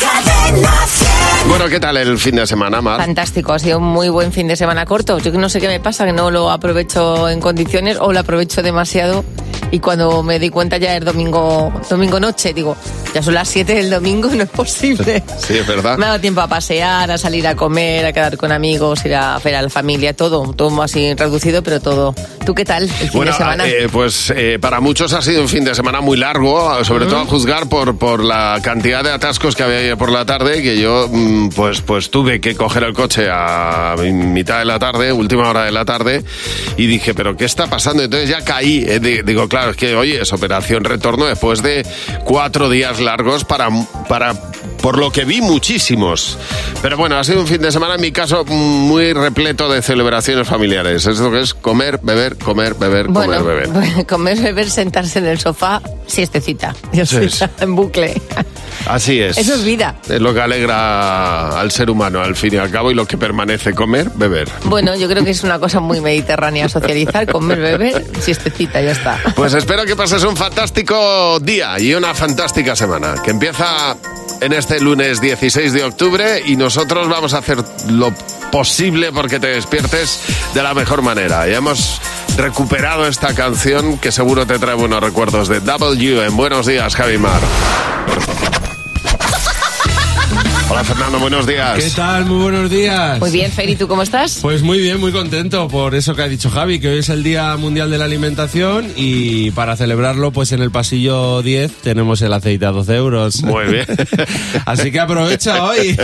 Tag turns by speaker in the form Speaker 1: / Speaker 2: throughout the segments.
Speaker 1: Cadena 100.
Speaker 2: Bueno, ¿qué tal el fin de semana, Mar?
Speaker 3: Fantástico, ha sido un muy buen fin de semana corto. Yo no sé qué me pasa, que no lo aprovecho en condiciones o lo aprovecho demasiado. Y cuando me di cuenta ya es domingo, domingo noche, digo, ya son las 7 del domingo, no es posible.
Speaker 2: Sí, es verdad.
Speaker 3: Me ha dado tiempo a pasear, a salir a comer, a quedar con amigos, ir a ver a la familia, todo, todo así reducido, pero todo. ¿Tú qué tal el fin
Speaker 2: Bueno,
Speaker 3: de semana?
Speaker 2: eh, pues eh, para muchos ha sido un fin de semana muy largo, sobre todo a juzgar por, por la cantidad de atascos que había ayer por la tarde, que yo mm, pues, pues tuve que coger el coche a mi- mitad de la tarde, última hora de la tarde, y dije, pero ¿qué está pasando? Entonces ya caí, eh, di- digo, claro, es que oye, es operación retorno después de cuatro días largos para... para por lo que vi muchísimos. Pero bueno, ha sido un fin de semana, en mi caso, muy repleto de celebraciones familiares. Es lo que es comer, beber, comer, beber,
Speaker 3: bueno,
Speaker 2: comer, beber.
Speaker 3: comer, beber, sentarse en el sofá, siestecita,
Speaker 2: Eso es.
Speaker 3: en bucle.
Speaker 2: Así es.
Speaker 3: Eso es vida.
Speaker 2: Es lo que alegra al ser humano, al fin y al cabo, y lo que permanece, comer, beber.
Speaker 3: Bueno, yo creo que es una cosa muy mediterránea socializar, comer, beber, siestecita, ya está.
Speaker 2: Pues espero que pases un fantástico día y una fantástica semana, que empieza en este lunes 16 de octubre y nosotros vamos a hacer lo posible porque te despiertes de la mejor manera. Ya hemos recuperado esta canción que seguro te trae buenos recuerdos de W en Buenos Días, Javi Mar. Hola Fernando, buenos días.
Speaker 4: ¿Qué tal? Muy buenos días.
Speaker 3: Muy bien, Feri, ¿tú cómo estás?
Speaker 4: Pues muy bien, muy contento por eso que ha dicho Javi, que hoy es el Día Mundial de la Alimentación y para celebrarlo, pues en el pasillo 10 tenemos el aceite a 12 euros.
Speaker 2: Muy bien.
Speaker 4: Así que aprovecha hoy.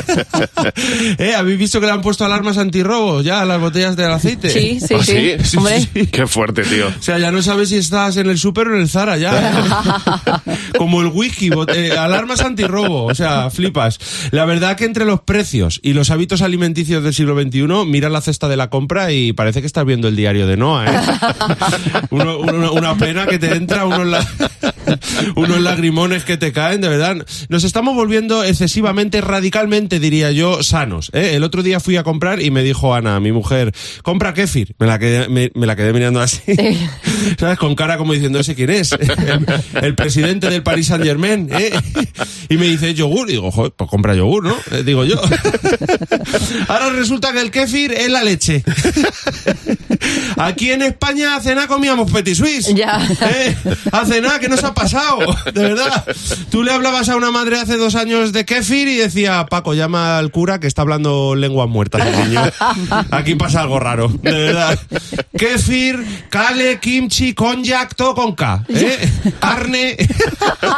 Speaker 4: eh, ¿Habéis visto que le han puesto alarmas antirrobo ya a las botellas del aceite?
Speaker 3: Sí, sí,
Speaker 2: ¿Ah,
Speaker 3: sí.
Speaker 2: sí?
Speaker 3: Hombre,
Speaker 2: Qué fuerte, tío.
Speaker 4: O sea, ya no sabes si estás en el súper o en el Zara ya. Como el wiki, bot- eh, alarmas antirrobo, o sea, flipas. La verdad que entre los precios y los hábitos alimenticios del siglo XXI, mira la cesta de la compra y parece que estás viendo el diario de Noah, ¿eh? Uno- uno- una pena que te entra, unos, la- unos lagrimones que te caen, de verdad. Nos estamos volviendo excesivamente, radicalmente, diría yo, sanos. ¿eh? El otro día fui a comprar y me dijo Ana, mi mujer, compra kéfir. Me la quedé, me, me la quedé mirando así, ¿sabes? Con cara como diciendo, ese quién es. El, el presidente del Paris Saint Germain. ¿eh? Y me dice, yogur. Y digo, joder, pues compra yogur, ¿no? Eh, digo yo. Ahora resulta que el kéfir es la leche. Aquí en España hace nada comíamos petit suisse.
Speaker 3: Ya.
Speaker 4: ¿Eh? Hace nada, que nos ha pasado? De verdad. Tú le hablabas a una madre hace dos años de kéfir y decía, Paco, llama al cura que está hablando lenguas muertas el niño. Aquí pasa algo raro, de verdad. Kéfir, kale, kimchi, konjac, todo con K. ¿eh? Arne.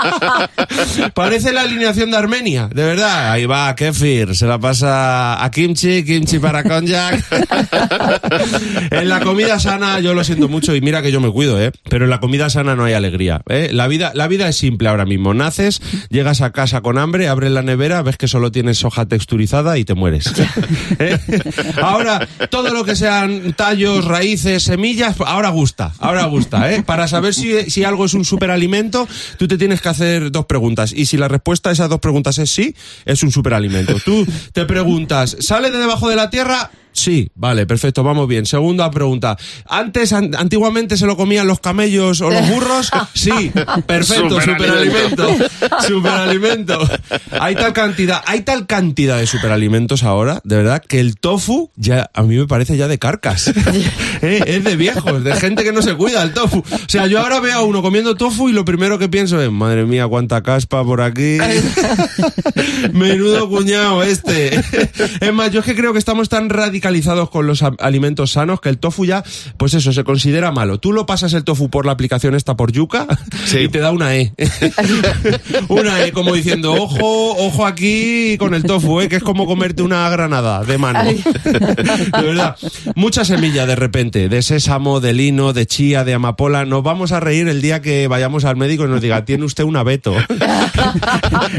Speaker 4: Parece la alineación de Armenia, de verdad. Ahí va, Kefir, se la pasa a Kimchi, Kimchi para Konjac. en la comida sana, yo lo siento mucho y mira que yo me cuido, ¿eh? Pero en la comida sana no hay alegría, ¿eh? La vida, la vida es simple ahora mismo. Naces, llegas a casa con hambre, abres la nevera, ves que solo tienes hoja texturizada y te mueres. ¿Eh? Ahora, todo lo que sean tallos, raíces, semillas, ahora gusta, ahora gusta, ¿eh? Para saber si, si algo es un superalimento, tú te tienes que hacer dos preguntas. Y si la respuesta a esas dos preguntas es sí, es un superalimento. Tú te preguntas, ¿sale de debajo de la tierra? Sí, vale, perfecto, vamos bien. Segunda pregunta. ¿Antes, an- antiguamente se lo comían los camellos o los burros? Sí, perfecto,
Speaker 2: Superalimento.
Speaker 4: superalimento. Superalimento. Hay tal cantidad, hay tal cantidad de superalimentos ahora, de verdad, que el tofu ya a mí me parece ya de carcas. Eh, Es de viejos, de gente que no se cuida el tofu. O sea, yo ahora veo a uno comiendo tofu y lo primero que pienso es, madre mía, cuánta caspa por aquí. Menudo cuñado este. Es más, yo es que creo que estamos tan radicalizados con los a- alimentos sanos que el tofu ya, pues eso, se considera malo. Tú lo pasas el tofu por la aplicación esta por yuca
Speaker 2: Sí.
Speaker 4: y te da una E. una E como diciendo, ojo, ojo aquí con el tofu, ¿eh? que es como comerte una granada de mano.
Speaker 3: Ay.
Speaker 4: de verdad. Mucha semilla de repente, de sésamo, de lino, de chía, de amapola. Nos vamos a reír el día que vayamos al médico y nos diga, tiene usted un abeto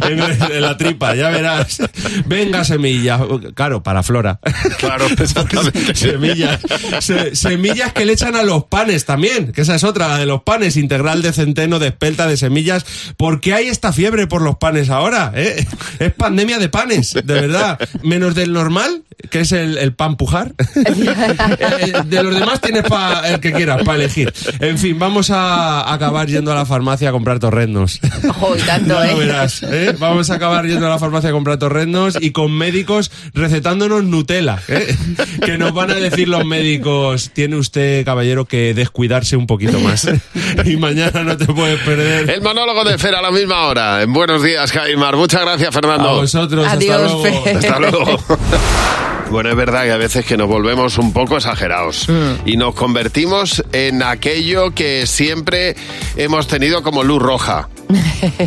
Speaker 4: en, en la tripa, ya verás. Venga, semilla. Claro, para flora.
Speaker 2: Claro. Exactamente.
Speaker 4: semillas. Se- semillas que le echan a los panes también, que esa es otra, la de los panes, integral de centeno, de espelta, de semillas. ¿Por qué hay esta fiebre por los panes ahora? eh? Es pandemia de panes, de verdad. Menos del normal, que es el, el pan pujar. Eh, de los demás tienes para el que quieras, para elegir. En fin, vamos a acabar yendo a la farmacia a comprar torrendos.
Speaker 3: Ojo, y tanto,
Speaker 4: Ya lo
Speaker 3: ¿eh?
Speaker 4: verás, ¿eh? Vamos a acabar yendo a la farmacia a comprar torrendos y con médicos recetándonos Nutella. ¿eh? Que nos van a decir los médicos, tiene usted, caballero, que descuidarse un poquito más. Y mañana no te puedes perder.
Speaker 2: El monólogo de Fer a la misma hora. En buenos días, Jaimar. Muchas gracias,
Speaker 4: A
Speaker 2: Fernando.
Speaker 4: vosotros, hasta
Speaker 3: Adiós,
Speaker 4: luego.
Speaker 3: Fer.
Speaker 2: Hasta luego. Bueno, es verdad que a veces que nos volvemos un poco exagerados y nos convertimos en aquello que siempre hemos tenido como luz roja.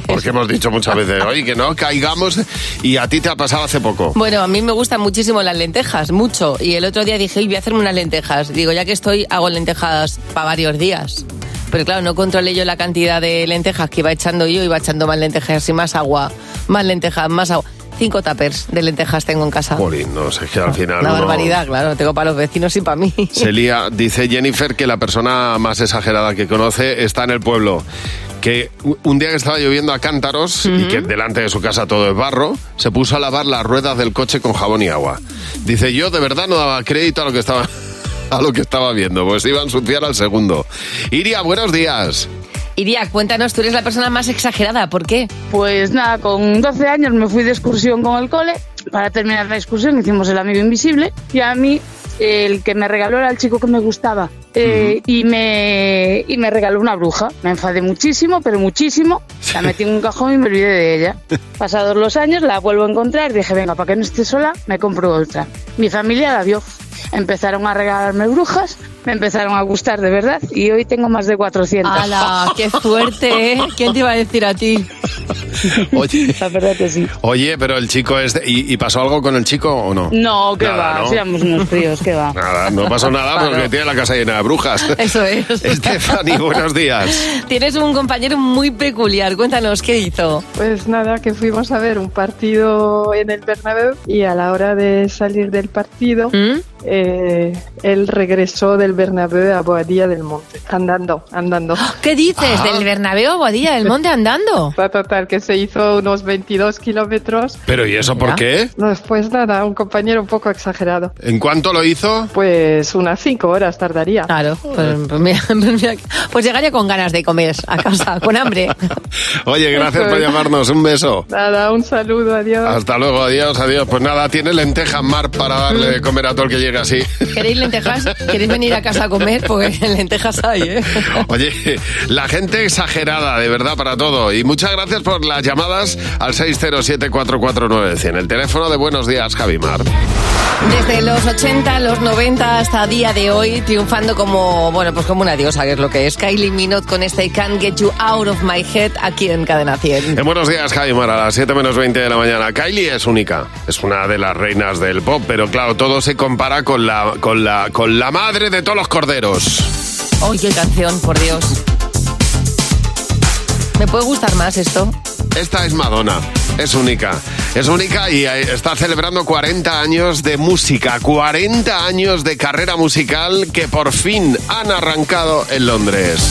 Speaker 2: Porque hemos dicho muchas veces, oye, que no caigamos y a ti te ha pasado hace poco.
Speaker 3: Bueno, a mí me gustan muchísimo las lentejas, mucho. Y el otro día dije, "Uy, voy a hacerme unas lentejas. Digo, ya que estoy, hago lentejas para varios días. Pero claro, no controlé yo la cantidad de lentejas que iba echando yo, iba echando más lentejas y más agua, más lentejas, más agua. Cinco tapers de lentejas tengo en casa.
Speaker 2: Jolín, no sé, es que al final
Speaker 3: Una
Speaker 2: uno
Speaker 3: barbaridad, claro, tengo para los vecinos y para mí.
Speaker 2: se lía. Dice Jennifer que la persona más exagerada que conoce está en el pueblo. Que u- un día que estaba lloviendo a cántaros y que delante de su casa todo es barro, se puso a lavar las ruedas del coche con jabón y agua. Dice, yo de verdad no daba crédito a lo que estaba, a lo que estaba viendo, pues iba a ensuciar al segundo. Iria, buenos días.
Speaker 3: Iria, cuéntanos, tú eres la persona más exagerada, ¿por qué?
Speaker 1: Pues nada, con 12 años me fui de excursión con el cole. Para terminar la excursión hicimos el amigo invisible y a mí eh, el que me regaló era el chico que me gustaba eh, y, me, y me regaló una bruja. Me enfadé muchísimo, pero muchísimo. La metí en un cajón y me olvidé de ella. Pasados los años la vuelvo a encontrar y dije, venga, para que no esté sola, me compro otra. Mi familia la vio. Empezaron a regalarme brujas, me empezaron a gustar de verdad y hoy tengo más de 400.
Speaker 3: ¡Hala! ¡Qué suerte, eh! ¿Quién te iba a decir a ti?
Speaker 2: Oye,
Speaker 1: La verdad que sí.
Speaker 2: oye, pero el chico es... de- ¿y, y pasó algo con el chico o no?
Speaker 1: No, que
Speaker 2: Nada,
Speaker 1: va,
Speaker 2: ¿no?
Speaker 1: si éramos unos fríos, que va.
Speaker 2: Nada, no pasó nada
Speaker 3: Claro.
Speaker 2: porque tiene la casa llena de brujas.
Speaker 3: Eso es.
Speaker 2: Estefani, buenos días.
Speaker 3: Tienes un compañero muy peculiar, cuéntanos, ¿qué hizo?
Speaker 5: Pues nada, que fuimos a ver un partido en el Bernabéu y a la hora de salir del partido,
Speaker 3: ¿Mm?
Speaker 5: eh, él regresó del Bernabéu a Boadilla del Monte, andando, andando.
Speaker 3: ¿Qué dices?
Speaker 2: Ah.
Speaker 3: ¿Del Bernabéu, Boadilla, del Monte andando?
Speaker 5: Fue total que se hizo unos 22 kilómetros.
Speaker 2: Pero ¿y eso por
Speaker 3: Mira.
Speaker 2: qué?
Speaker 5: No, Pues nada, un compañero un poco exagerado.
Speaker 2: ¿En cuánto lo hizo?
Speaker 5: Pues unas 5 horas tardaría.
Speaker 3: Claro, pues, pues mira, pues mira, pues llegaría con ganas de comer a casa, con hambre.
Speaker 2: Oye, gracias por llamarnos. Un beso.
Speaker 5: Nada, un saludo, adiós.
Speaker 2: Hasta luego, adiós, adiós. Pues nada, tiene lentejas Mar para darle de comer a todo el que llega así.
Speaker 3: ¿Queréis lentejas? ¿Queréis venir a casa a comer? Porque lentejas hay, ¿eh?
Speaker 2: Oye, la gente exagerada, de verdad, para todo. Y muchas gracias por las llamadas al 607-449-100. El teléfono de Buenos Días, Javimar.
Speaker 3: Desde los 80, los 90 hasta día de hoy, triunfando como, bueno, pues como una diosa, que es lo que es. Kylie Minogue con este I Can't Get You Out of My Head aquí en Cadena 100.
Speaker 2: En Buenos Días, Javimar, a las 7 menos 20 de la mañana. Kylie es única. Es una de las reinas del pop, pero claro, todo se compara con la, con la, con la madre de todos los corderos.
Speaker 3: ¡Ay, qué canción, por Dios! ¿Me puede gustar más esto?
Speaker 2: Esta es Madonna, es única. Es única y eh, está celebrando 40 años de música, 40 años de carrera musical que por fin han arrancado en Londres.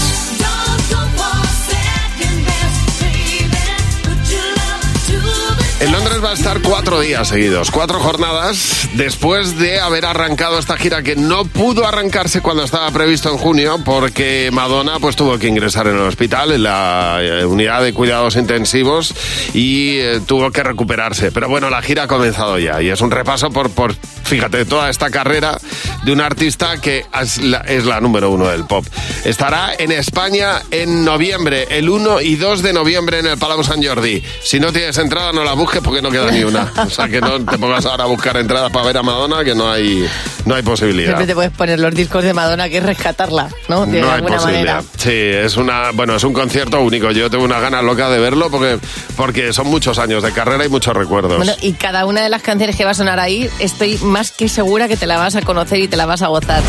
Speaker 2: En Londres va a estar cuatro días seguidos, cuatro jornadas, después de haber arrancado esta gira que no pudo arrancarse cuando estaba previsto en junio, porque Madonna pues tuvo que ingresar en el hospital, en la eh, unidad de cuidados intensivos, y eh, tuvo que recuperarse. Pero bueno, la gira ha comenzado ya, y es un repaso por, por fíjate, toda esta carrera de un artista que es la, es la número uno del pop. Estará en España en noviembre, el 1 y 2 de noviembre en el Palau San Jordi. Si no tienes entrada, no la busques porque no queda ni una. O sea, que no te pongas ahora a buscar entradas para ver a Madonna, que no hay, no hay posibilidad.
Speaker 3: Siempre te puedes poner los discos de Madonna, que es rescatarla, ¿no? De
Speaker 2: no hay
Speaker 3: alguna
Speaker 2: posibilidad.
Speaker 3: manera.
Speaker 2: Sí, es una, bueno, es un concierto único. Yo tengo una ganas loca de verlo porque, porque son muchos años de carrera y muchos recuerdos.
Speaker 3: Bueno, y cada una de las canciones que va a sonar ahí, estoy más que segura que te la vas a conocer y te la vas a gozar.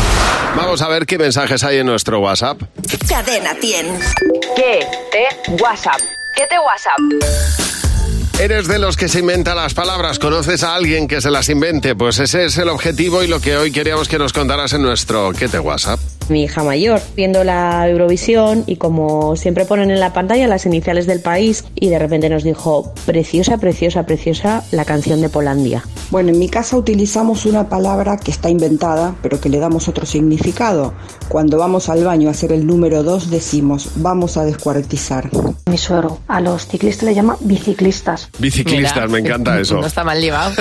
Speaker 2: Vamos a ver qué mensajes hay en nuestro WhatsApp.
Speaker 6: Cadena 100.
Speaker 7: ¿Qué te WhatsApp? ¿Qué te WhatsApp?
Speaker 2: ¿Eres de los que se inventa las palabras? ¿Conoces a alguien que se las invente? Pues ese es el objetivo y lo que hoy queríamos que nos contaras en nuestro ¿Qué te WhatsApp?
Speaker 6: mi hija mayor, viendo la Eurovisión y como siempre ponen en la pantalla las iniciales del país y de repente nos dijo, preciosa, preciosa, preciosa, la canción de Polandia.
Speaker 7: Bueno, en mi casa utilizamos una palabra que está inventada, pero que le damos otro significado. Cuando vamos al baño a hacer el número 2 decimos, vamos a descuartizar.
Speaker 8: Mi suegro a los ciclistas le llama biciclistas.
Speaker 2: Biciclistas, me encanta eso.
Speaker 3: No está mal llevado.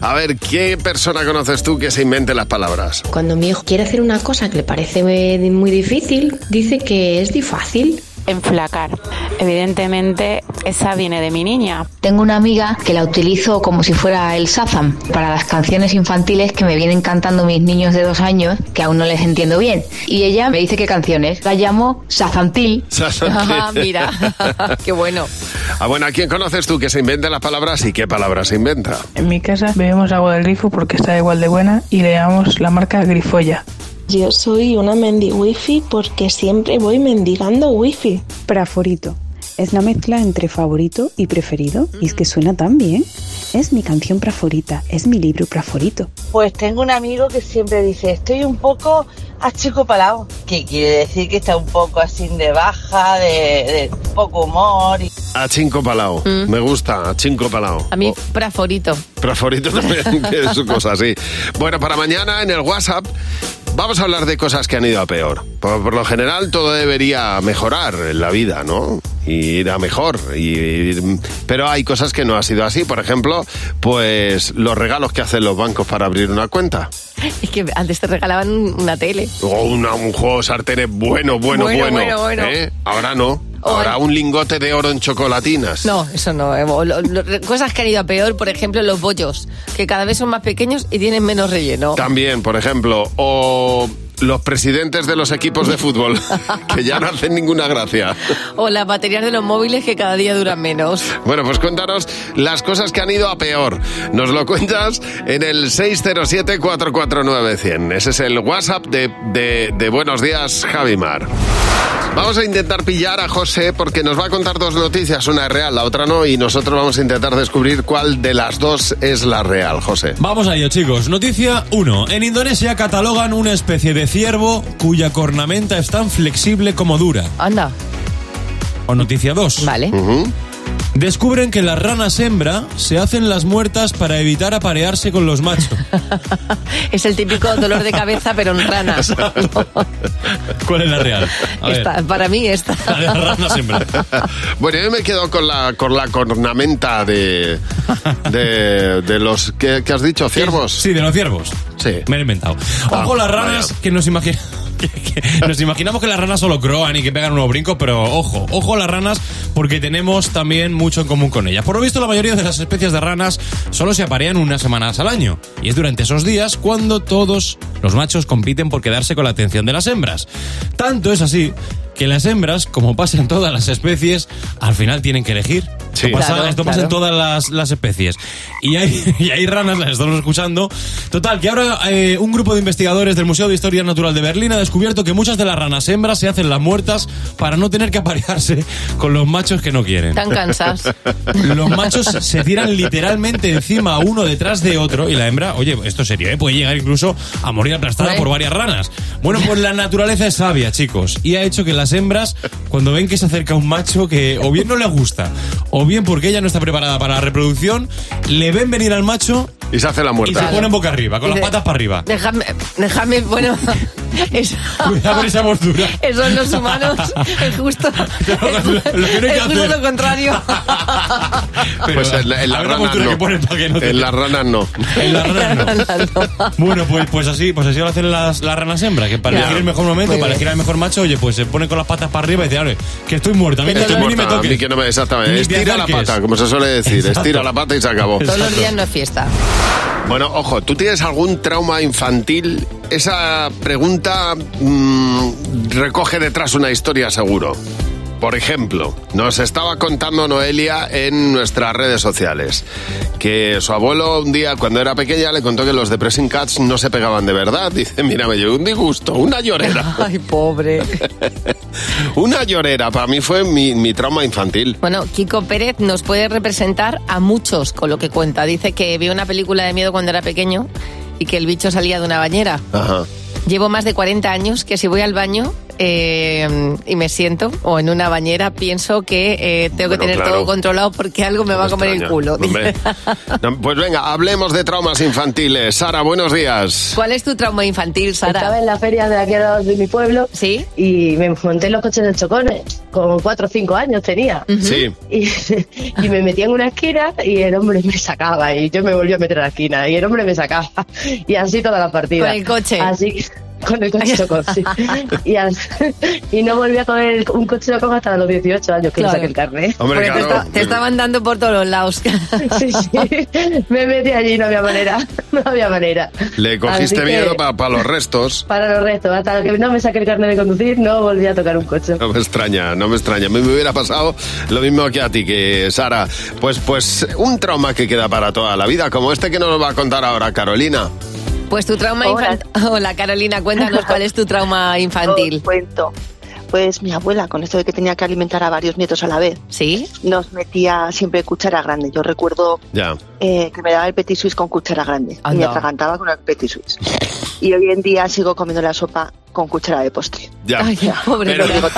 Speaker 2: A ver, ¿qué persona conoces tú que se invente las palabras?
Speaker 9: Cuando mi hijo quiere hacer una cosa que le parece muy difícil, dice que es difícil.
Speaker 10: Enflacar. Evidentemente, esa viene de mi niña.
Speaker 11: Tengo una amiga que la utilizo como si fuera el Sazam para las canciones infantiles que me vienen cantando mis niños de dos años que aún no les entiendo bien. Y ella me dice qué canciones. La llamo Sazantil.
Speaker 3: Ah, mira, qué bueno.
Speaker 2: Ah, bueno, ¿a quién conoces tú que se invente las palabras y qué palabras se inventa?
Speaker 12: En mi casa bebemos agua del grifo porque está igual de buena y le damos la marca Grifolla.
Speaker 13: Yo soy una mendi wifi porque siempre voy mendigando wifi.
Speaker 14: Praforito. Es la mezcla entre favorito y preferido. Y es que suena tan bien. Es mi canción praforita, es mi libro praforito.
Speaker 15: Pues tengo un amigo que siempre dice, estoy un poco achicopalado. Que quiere decir que está un poco así de baja, de, de poco humor. y-
Speaker 2: A Chinco Palau.
Speaker 3: Mm.
Speaker 2: Me gusta, a Chinco Palau.
Speaker 3: A mí, praforito.
Speaker 2: Oh. Praforito también, que es su cosa así. Bueno, para mañana en el WhatsApp vamos a hablar de cosas que han ido a peor. Por, por lo general todo debería mejorar en la vida, ¿no? Y ir a mejor. y- y- pero hay cosas que no ha sido así. Por ejemplo, pues los regalos que hacen los bancos para abrir una cuenta.
Speaker 3: Es que antes te regalaban una tele.
Speaker 2: O una- un juego de sartenes bueno, bueno,
Speaker 3: Bueno,
Speaker 2: bueno.
Speaker 3: bueno, bueno.
Speaker 2: ¿eh? Ahora no.
Speaker 3: O-
Speaker 2: Ahora un lingote de oro en chocolatinas.
Speaker 3: No, eso no. eh, o lo- lo- cosas que han ido a peor, por ejemplo, los bollos, que cada vez son más pequeños y tienen menos relleno.
Speaker 2: También, por ejemplo, o los presidentes de los equipos de fútbol, que ya no hacen ninguna gracia.
Speaker 3: O las baterías de los móviles que cada día duran menos.
Speaker 2: Bueno, pues cuéntanos las cosas que han ido a peor. Nos lo cuentas en el 607-449-100. Ese es el WhatsApp de, de- de Buenos Días, Javimar. Vamos a intentar pillar a José porque nos va a contar dos noticias. Una es real, la otra no, y nosotros vamos a intentar descubrir cuál de las dos es la real, José.
Speaker 16: Vamos a ello, chicos. Noticia 1. En Indonesia catalogan una especie de ciervo cuya cornamenta es tan flexible como dura.
Speaker 3: Anda.
Speaker 16: O noticia 2.
Speaker 3: Vale.
Speaker 16: Descubren que las ranas hembra se hacen las muertas para evitar aparearse con los machos.
Speaker 3: Es el típico dolor de cabeza, pero en ranas.
Speaker 16: ¿Cuál es la real? A ver.
Speaker 3: Esta, para mí esta.
Speaker 16: La de las ranas hembra.
Speaker 2: Bueno, yo me quedo con la, con la cornamenta de, de, de los que, has dicho, ciervos.
Speaker 16: Sí, de los ciervos.
Speaker 2: Sí. Ah,
Speaker 16: Me lo he inventado. Ojo, las ranas que nos imagina- que- que Nos imaginamos que las ranas solo croan y que pegan unos brincos, pero ojo, ojo a las ranas porque tenemos también mucho en común con ellas. Por lo visto, la mayoría de las especies de ranas solo se aparean unas semanas al año. Y es durante esos días cuando todos los machos compiten por quedarse con la atención de las hembras. Tanto es así que las hembras, como pasa en todas las especies, al final tienen que elegir. Esto pasa,
Speaker 3: Claro,
Speaker 16: esto pasa en
Speaker 3: claro.
Speaker 16: todas las, las especies. Y hay, y hay ranas, las estamos escuchando. Total, que ahora eh, un grupo de investigadores del Museo de Historia Natural de Berlín ha descubierto que muchas de las ranas hembras se hacen las muertas para no tener que aparearse con los machos que no quieren.
Speaker 3: Tan cansas.
Speaker 16: Los machos se tiran literalmente encima uno detrás de otro y la hembra, oye, esto es serio, ¿eh? puede llegar incluso a morir aplastada
Speaker 3: Bueno.
Speaker 16: por varias ranas. Bueno, pues la naturaleza es sabia, chicos, y ha hecho que las hembras, cuando ven que se acerca un macho que o bien no le gusta, o bien porque ella no está preparada para la reproducción, le ven venir al macho
Speaker 2: Y se hace la
Speaker 16: y se
Speaker 2: muerta.
Speaker 16: ponen boca arriba, con las
Speaker 3: Dice,
Speaker 16: patas para arriba.
Speaker 3: Déjame, déjame, bueno. Eso,
Speaker 16: Cuidado con esa mordura.
Speaker 3: eso en los humanos es justo.
Speaker 16: lo que no hay que
Speaker 3: es justo
Speaker 16: hacer.
Speaker 3: lo contrario.
Speaker 16: Pero
Speaker 2: Pues en la, en la
Speaker 16: a ver
Speaker 2: rana
Speaker 16: postura
Speaker 2: no.
Speaker 16: que ponen para que no te-
Speaker 2: En las ranas no.
Speaker 16: en la rana no.
Speaker 3: No.
Speaker 16: Bueno, pues, pues así, pues así lo hacen las, las ranas hembra, que para
Speaker 3: Claro.
Speaker 16: elegir el mejor momento,
Speaker 3: Muy
Speaker 16: para
Speaker 3: bien.
Speaker 16: elegir al mejor macho, oye, pues se ponen con las patas para arriba y dicen, "Ale, que estoy muerta, a mí,
Speaker 2: Estoy
Speaker 16: a mí ni
Speaker 2: muerta,
Speaker 16: me
Speaker 2: a mí
Speaker 16: toques.
Speaker 2: que no me exactamente.
Speaker 16: Ni te
Speaker 2: Estira la
Speaker 16: acerques.
Speaker 2: pata, como se suele decir.
Speaker 16: Exacto.
Speaker 2: Estira la pata y se acabó.
Speaker 3: Todos los días no es fiesta.
Speaker 2: Bueno, ojo, ¿tú tienes algún trauma infantil? Esa pregunta mm, recoge detrás una historia seguro. Por ejemplo, nos estaba contando Noelia en nuestras redes sociales que su abuelo un día cuando era pequeña le contó que los Depressing Cats no se pegaban de verdad. Dice, mira, me llevé un disgusto, una llorera.
Speaker 3: Ay, pobre.
Speaker 2: una llorera, para mí fue mi, mi trauma infantil.
Speaker 3: Bueno, Kiko Pérez nos puede representar a muchos con lo que cuenta. Dice que vio una película de miedo cuando era pequeño y que el bicho salía de una bañera.
Speaker 2: Ajá.
Speaker 3: Llevo más de 40 años que si voy al baño eh, y me siento o en una bañera pienso que eh, tengo que
Speaker 2: Bueno,
Speaker 3: tener
Speaker 2: claro.
Speaker 3: todo controlado porque algo me va a comer el
Speaker 2: Extraña.
Speaker 3: culo.
Speaker 2: Hombre. No, Pues venga, hablemos de traumas infantiles. Sara, buenos días.
Speaker 3: ¿Cuál es tu trauma infantil, Sara?
Speaker 17: Estaba en la feria de aquí al lado de mi pueblo
Speaker 3: ¿Sí?
Speaker 17: y me monté en los coches del Chocone. Con 4 o 5 años tenía.
Speaker 2: Sí.
Speaker 17: Y, y me metía en una esquina y el hombre me sacaba. Y yo me volví a meter a la esquina y el hombre me sacaba. Y así toda la partida.
Speaker 3: Con el coche.
Speaker 17: Así que- con el coche Chocón, sí. Y, as- y no volví a coger el- un coche Chocón hasta los 18 años que
Speaker 3: Claro.
Speaker 17: le saqué el carnet.
Speaker 2: Hombre,
Speaker 3: Porque te,
Speaker 2: claro.
Speaker 3: esta- te estaban dando por todos los lados.
Speaker 17: Sí, sí. Me metí allí y no había manera. No había manera.
Speaker 2: Le cogiste
Speaker 17: Así que-
Speaker 2: miedo para los restos.
Speaker 17: Para los restos, hasta que no me saqué el carnet de conducir, no volví a tocar un coche.
Speaker 2: No me extraña, no me extraña. A mí me hubiera pasado lo mismo que a ti, que Sara. Pues, pues un trauma que queda para toda la vida, como este que nos va a contar ahora Carolina.
Speaker 3: Pues tu trauma infantil. Hola Carolina, cuéntanos cuál es tu trauma infantil.
Speaker 18: cuento. Pues mi abuela, con esto de que tenía que alimentar a varios nietos a la vez,
Speaker 3: ¿Sí?
Speaker 18: nos metía siempre cuchara grande. Yo recuerdo
Speaker 2: Ya.
Speaker 18: eh, que me daba el petit suisse con cuchara grande y me
Speaker 2: Anda.
Speaker 18: atragantaba con el petit suisse. Y hoy en día sigo comiendo la sopa con cuchara de postre.
Speaker 2: Ya.
Speaker 3: Ay, pobre
Speaker 18: Pero-
Speaker 3: Lola.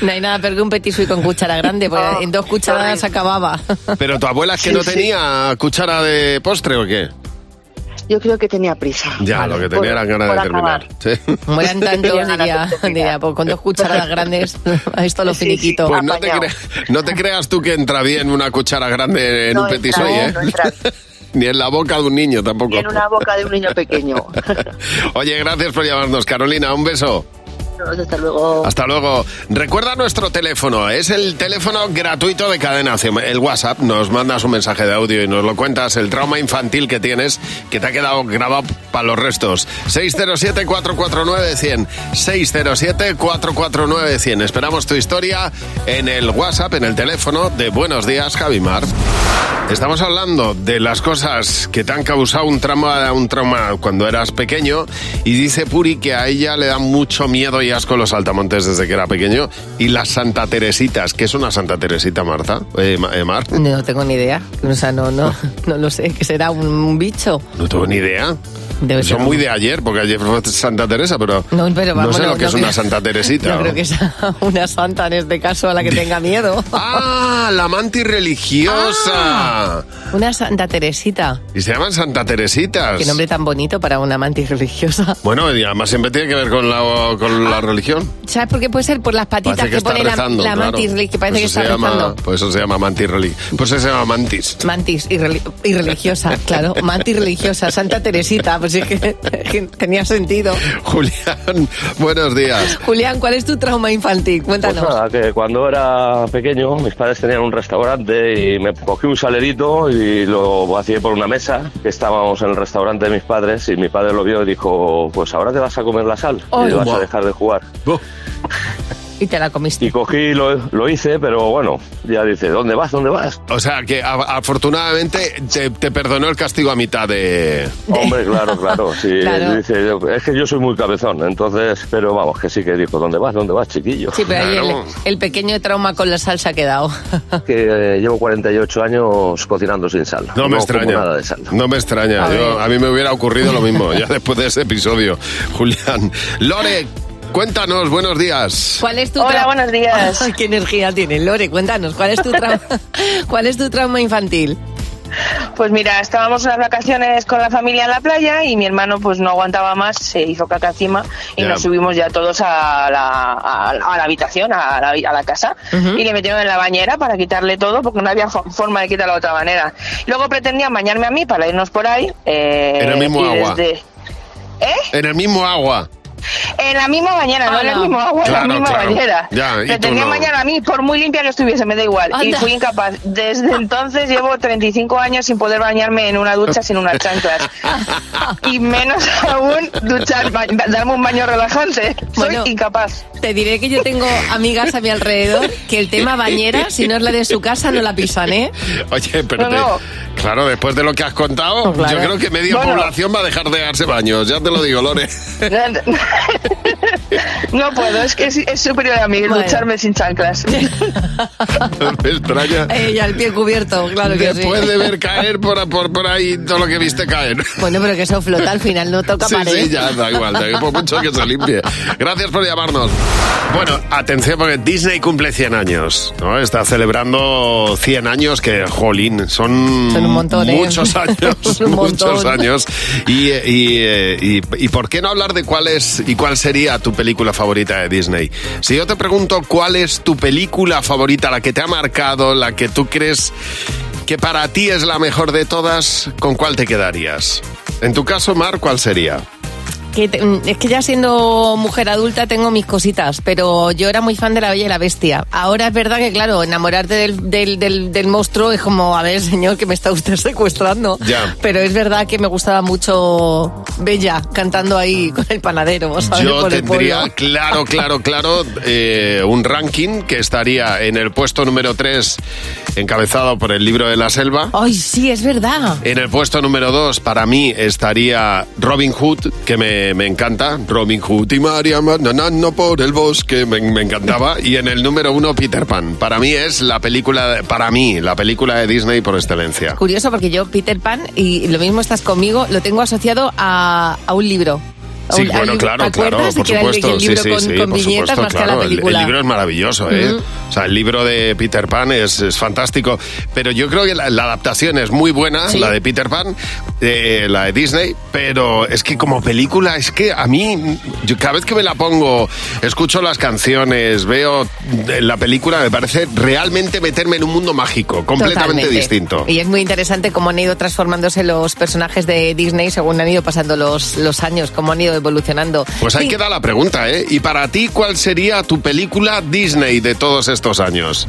Speaker 3: No hay nada peor que un petit suisse con cuchara grande, porque
Speaker 18: Ah,
Speaker 3: en dos cucharadas acababa.
Speaker 2: Pero tu abuela es que
Speaker 18: Sí,
Speaker 2: no
Speaker 18: sí.
Speaker 2: tenía cuchara de postre o qué?
Speaker 18: Yo creo que tenía prisa.
Speaker 2: Ya, lo que tenía
Speaker 18: por-
Speaker 2: era ganas
Speaker 18: por
Speaker 2: de terminar. Sí.
Speaker 3: Mueran tantos, diría, diría, pues con dos cucharadas grandes, a esto lo finiquito.
Speaker 2: Pues no te, cre- no te creas tú que entra bien una cuchara grande en
Speaker 18: No
Speaker 2: un petit
Speaker 18: entra,
Speaker 2: suisse, ¿eh?
Speaker 18: no entra.
Speaker 2: Ni en la boca de un niño tampoco.
Speaker 18: En una boca de un niño pequeño.
Speaker 2: Oye, gracias por llamarnos, Carolina. Un beso.
Speaker 18: Hasta luego.
Speaker 2: Hasta luego. Recuerda nuestro teléfono. Es el teléfono gratuito de Cadena 100. El WhatsApp. Nos mandas un mensaje de audio y nos lo cuentas. El trauma infantil que tienes que te ha quedado grabado para los restos. 607-449-100. 607-449-100. Esperamos tu historia en el WhatsApp, en el teléfono de Buenos Días, Javimar. Estamos hablando de las cosas que te han causado un trauma, un trauma cuando eras pequeño y dice Puri que a ella le da mucho miedo y asco los saltamontes desde que era pequeño y las Santa Teresitas. ¿Qué es una Santa Teresita, Marta? Eh, Ma- eh, Mar,
Speaker 3: No tengo ni idea. O sea, no, no, no lo sé, que será un, un bicho.
Speaker 2: no tengo ni idea.
Speaker 3: ser
Speaker 2: Son muy de ayer, porque ayer fue Santa Teresa, pero
Speaker 3: No, pero
Speaker 2: no
Speaker 3: vamos,
Speaker 2: sé lo que es
Speaker 3: creo-
Speaker 2: una Santa Teresita.
Speaker 3: No creo que sea una santa en este caso a la que tenga miedo.
Speaker 2: ¡Ah! La mantis
Speaker 3: Ah.
Speaker 2: religiosa.
Speaker 3: Una santa Teresita.
Speaker 2: Y se llaman Santa Teresitas.
Speaker 3: Qué nombre tan bonito para una mantis religiosa.
Speaker 2: Bueno, y además siempre tiene que ver con la, con
Speaker 3: Ah,
Speaker 2: la religión.
Speaker 3: ¿Sabes por qué puede ser? Por las patitas
Speaker 2: Parece que, está
Speaker 3: pone la,
Speaker 2: rezando,
Speaker 3: la
Speaker 2: claro.
Speaker 3: mantis relig- que parece
Speaker 2: Por
Speaker 3: que
Speaker 2: eso
Speaker 3: está
Speaker 2: se llama-
Speaker 3: rezando.
Speaker 2: Por eso se llama mantis religiosa. Por eso se llama mantis.
Speaker 3: Mantis irreli- irreligiosa, claro. Mantis religiosa, Santa Teresita, pues es que, que tenía sentido.
Speaker 2: Julián, buenos días.
Speaker 3: Julián, ¿cuál es tu trauma infantil?
Speaker 19: Pues
Speaker 3: Cuéntanos.
Speaker 19: nada, que cuando era pequeño mis padres tenían un restaurante y me cogí un salerito y lo vacié por una mesa que estábamos en el restaurante de mis padres y mi padre lo vio y dijo, pues ahora te vas a comer la sal
Speaker 3: Ay.
Speaker 19: y vas
Speaker 3: Buah.
Speaker 19: a dejar de jugar.
Speaker 3: Y te la comiste.
Speaker 19: Y cogí, lo, lo hice, pero bueno, ya dice, ¿dónde vas? ¿Dónde vas?
Speaker 2: O sea, que a- afortunadamente te, te perdonó el castigo a mitad de...
Speaker 19: Hombre, claro, claro. Sí,
Speaker 2: Claro.
Speaker 19: dice, es que yo soy muy cabezón, entonces, pero vamos, que sí que dijo, ¿dónde vas? ¿Dónde vas, chiquillo?
Speaker 3: Sí, pero ahí el, el pequeño trauma con la salsa ha quedado.
Speaker 19: que eh, llevo 48 años cocinando sin sal.
Speaker 2: No me
Speaker 19: como
Speaker 2: extraña.
Speaker 19: nada de sal.
Speaker 2: No me extraña.
Speaker 19: A
Speaker 2: Yo-
Speaker 19: ver.
Speaker 2: a mí me hubiera ocurrido lo mismo ya después de ese episodio. Julián. Lore, cuéntanos, buenos días.
Speaker 3: ¿Cuál es tu
Speaker 20: Hola,
Speaker 3: tra-
Speaker 20: buenos días.
Speaker 3: Ay, ¿Qué energía tiene Lore? Cuéntanos, ¿cuál es tu trauma, ¿cuál es tu trauma infantil?
Speaker 20: Pues mira, estábamos unas vacaciones con la familia en la playa y mi hermano pues no aguantaba más, se hizo caca encima y
Speaker 21: Ya.
Speaker 20: nos subimos ya todos a la, a- a la habitación, a la, a la casa
Speaker 21: Ujú.
Speaker 20: y le metieron en la bañera para quitarle todo porque no había fo- forma de quitarlo de otra manera. Luego pretendían bañarme a mí para irnos por ahí. eh,
Speaker 2: En el mismo
Speaker 20: y
Speaker 2: agua.
Speaker 3: ¿Eh?
Speaker 20: desde-
Speaker 2: En el mismo agua.
Speaker 20: en la misma bañera, no en el mismo agua, en
Speaker 2: Claro,
Speaker 20: la misma
Speaker 2: claro.
Speaker 20: bañera.
Speaker 2: Ya, y
Speaker 20: Me
Speaker 2: tú
Speaker 20: tenía
Speaker 2: no.
Speaker 20: mañana a mí, por muy limpia que estuviese, me da igual. Y
Speaker 2: Anda.
Speaker 20: fui incapaz. Desde entonces llevo 35 años sin poder bañarme en una ducha sin unas chanclas. Y menos aún duchar, ba- darme un baño relajante. Soy
Speaker 3: Bueno,
Speaker 20: incapaz.
Speaker 3: Te diré que yo tengo amigas a mi alrededor que el tema bañera, si no es la de su casa, no la pisan, ¿eh?
Speaker 2: Oye, pero
Speaker 3: No,
Speaker 2: te-
Speaker 3: no.
Speaker 2: claro, después de lo que has contado,
Speaker 3: Pues claro.
Speaker 2: yo creo que media
Speaker 3: Bueno.
Speaker 2: población va a dejar de darse baños, ya te lo digo, Lore.
Speaker 20: No puedo, es que es, es superior a mí ducharme sin chanclas.
Speaker 2: Me extraña.
Speaker 3: Ella, el pie cubierto, claro que sí.
Speaker 2: Después de ver caer por, por, por ahí todo lo que viste caer.
Speaker 3: Bueno, pero que eso flota al final, no toca
Speaker 2: Sí,
Speaker 3: pared.
Speaker 2: sí, ya da igual, da igual, por mucho que se limpie. Gracias por llamarnos. Bueno, atención porque Disney cumple 100 años, ¿no? Está celebrando 100 años que, jolín, son,
Speaker 3: Son un montón, ¿eh?
Speaker 2: muchos años,
Speaker 3: Son un
Speaker 2: muchos
Speaker 3: montón.
Speaker 2: años. Y, eh, y, eh, y- y por qué no hablar de cuál es y cuál sería tu película favorita de Disney? Si yo te pregunto cuál es tu película favorita, la que te ha marcado, la que tú crees que para ti es la mejor de todas, ¿con cuál te quedarías? En tu caso, Mar, ¿cuál sería?
Speaker 3: Que te- mm, es que ya siendo mujer adulta tengo mis cositas, pero yo era muy fan de la Bella y la Bestia. Ahora es verdad que, claro, enamorarte del, del, del- del monstruo es como, a ver, señor, que me está usted secuestrando.
Speaker 2: Ya.
Speaker 3: Pero es verdad que me gustaba mucho Bella cantando ahí con el panadero, ¿sabes?
Speaker 2: Yo
Speaker 3: Por el
Speaker 2: tendría,
Speaker 3: pueblo.
Speaker 2: claro, claro, claro, eh, un ranking que estaría en el puesto número 3, encabezado por el libro de la selva.
Speaker 3: Ay, sí, es verdad.
Speaker 2: En el puesto número 2, para mí, estaría Robin Hood, que me, me encanta. Robin Hood y María Mananano por el bosque, me, me encantaba. Y en el número 1, Peter Pan. Para mí es la película, para mí, la película de Disney por excelencia.
Speaker 3: Curioso porque yo, Peter Pan, y lo mismo estás conmigo, lo tengo asociado a, a un libro. A
Speaker 2: Sí,
Speaker 3: un- al
Speaker 2: bueno,
Speaker 3: libro-
Speaker 2: claro,
Speaker 3: ¿te acuerdas?
Speaker 2: claro, por
Speaker 3: Que era el-
Speaker 2: supuesto.
Speaker 3: el libro
Speaker 2: sí, sí,
Speaker 3: con,
Speaker 2: sí,
Speaker 3: con
Speaker 2: por
Speaker 3: viñetas
Speaker 2: supuesto,
Speaker 3: más que
Speaker 2: claro.
Speaker 3: la
Speaker 2: El-
Speaker 3: película.
Speaker 2: El, libro es maravilloso, ¿eh?
Speaker 3: Ujú.
Speaker 2: O sea, el libro de Peter Pan es, es fantástico, pero yo creo que la, la adaptación es muy buena,
Speaker 3: Sí.
Speaker 2: la de Peter Pan, eh, la de Disney, pero es que como película, es que a mí, yo cada vez que me la pongo, escucho las canciones, veo eh, la película, me parece realmente meterme en un mundo mágico, completamente
Speaker 3: Totalmente.
Speaker 2: distinto.
Speaker 3: Y es muy interesante cómo han ido transformándose los personajes de Disney según han ido pasando los, los años, cómo han ido evolucionando.
Speaker 2: Pues ahí
Speaker 3: Sí,
Speaker 2: queda la pregunta, ¿eh? ¿Y para ti cuál sería tu película Disney de todos estos años?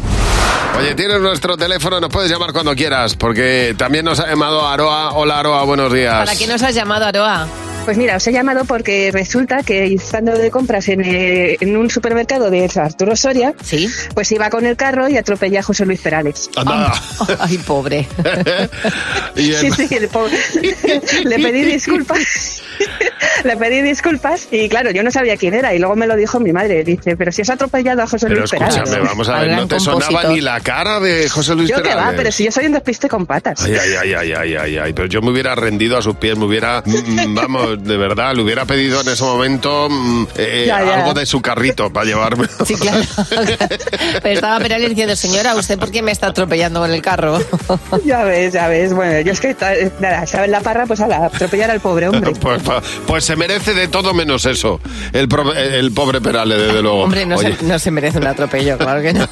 Speaker 2: Oye, tienes nuestro teléfono, nos puedes llamar cuando quieras, porque también nos ha llamado Aroa. Hola Aroa, buenos días.
Speaker 3: ¿Para qué nos has llamado, Aroa?
Speaker 22: Pues mira, os he llamado porque resulta que estando de compras en, eh, en un supermercado de Arturo Soria, pues iba con el carro y atropellé a José Luis Perales.
Speaker 2: Anda.
Speaker 3: Ay, pobre.
Speaker 2: ¿Eh? Y en-
Speaker 22: Sí, sí, le, po- le pedí disculpas. le pedí disculpas y claro, yo no sabía quién era y luego me lo dijo mi madre. Dice, pero si has atropellado a José
Speaker 2: Pero
Speaker 22: Luis Perales.
Speaker 2: escúchame, vamos a ver, no te sonaba ni la cara de José Luis
Speaker 22: Yo que va,
Speaker 2: Perales.
Speaker 22: pero si yo soy un despiste con patas.
Speaker 2: Ay, ay, ay, ay, ay, ay, ay, pero yo me hubiera rendido a sus pies, me hubiera, mm, vamos, de verdad, le hubiera pedido en ese momento mm, eh,
Speaker 3: Ya, ya.
Speaker 2: algo de su carrito para llevarme.
Speaker 3: Sí, claro. Ah, Pero estaba Perales diciendo, señora, ¿usted por qué me está atropellando con el carro?
Speaker 22: Ya ves, ya ves. Bueno, yo es que ta- nada, en la parra, pues a atropellar al pobre hombre.
Speaker 2: Pues, pa- pues se merece de todo menos eso. El, pro- el pobre Perales, desde luego.
Speaker 3: Hombre, no
Speaker 2: Oye,
Speaker 3: se, no se merece un atropello, claro que no.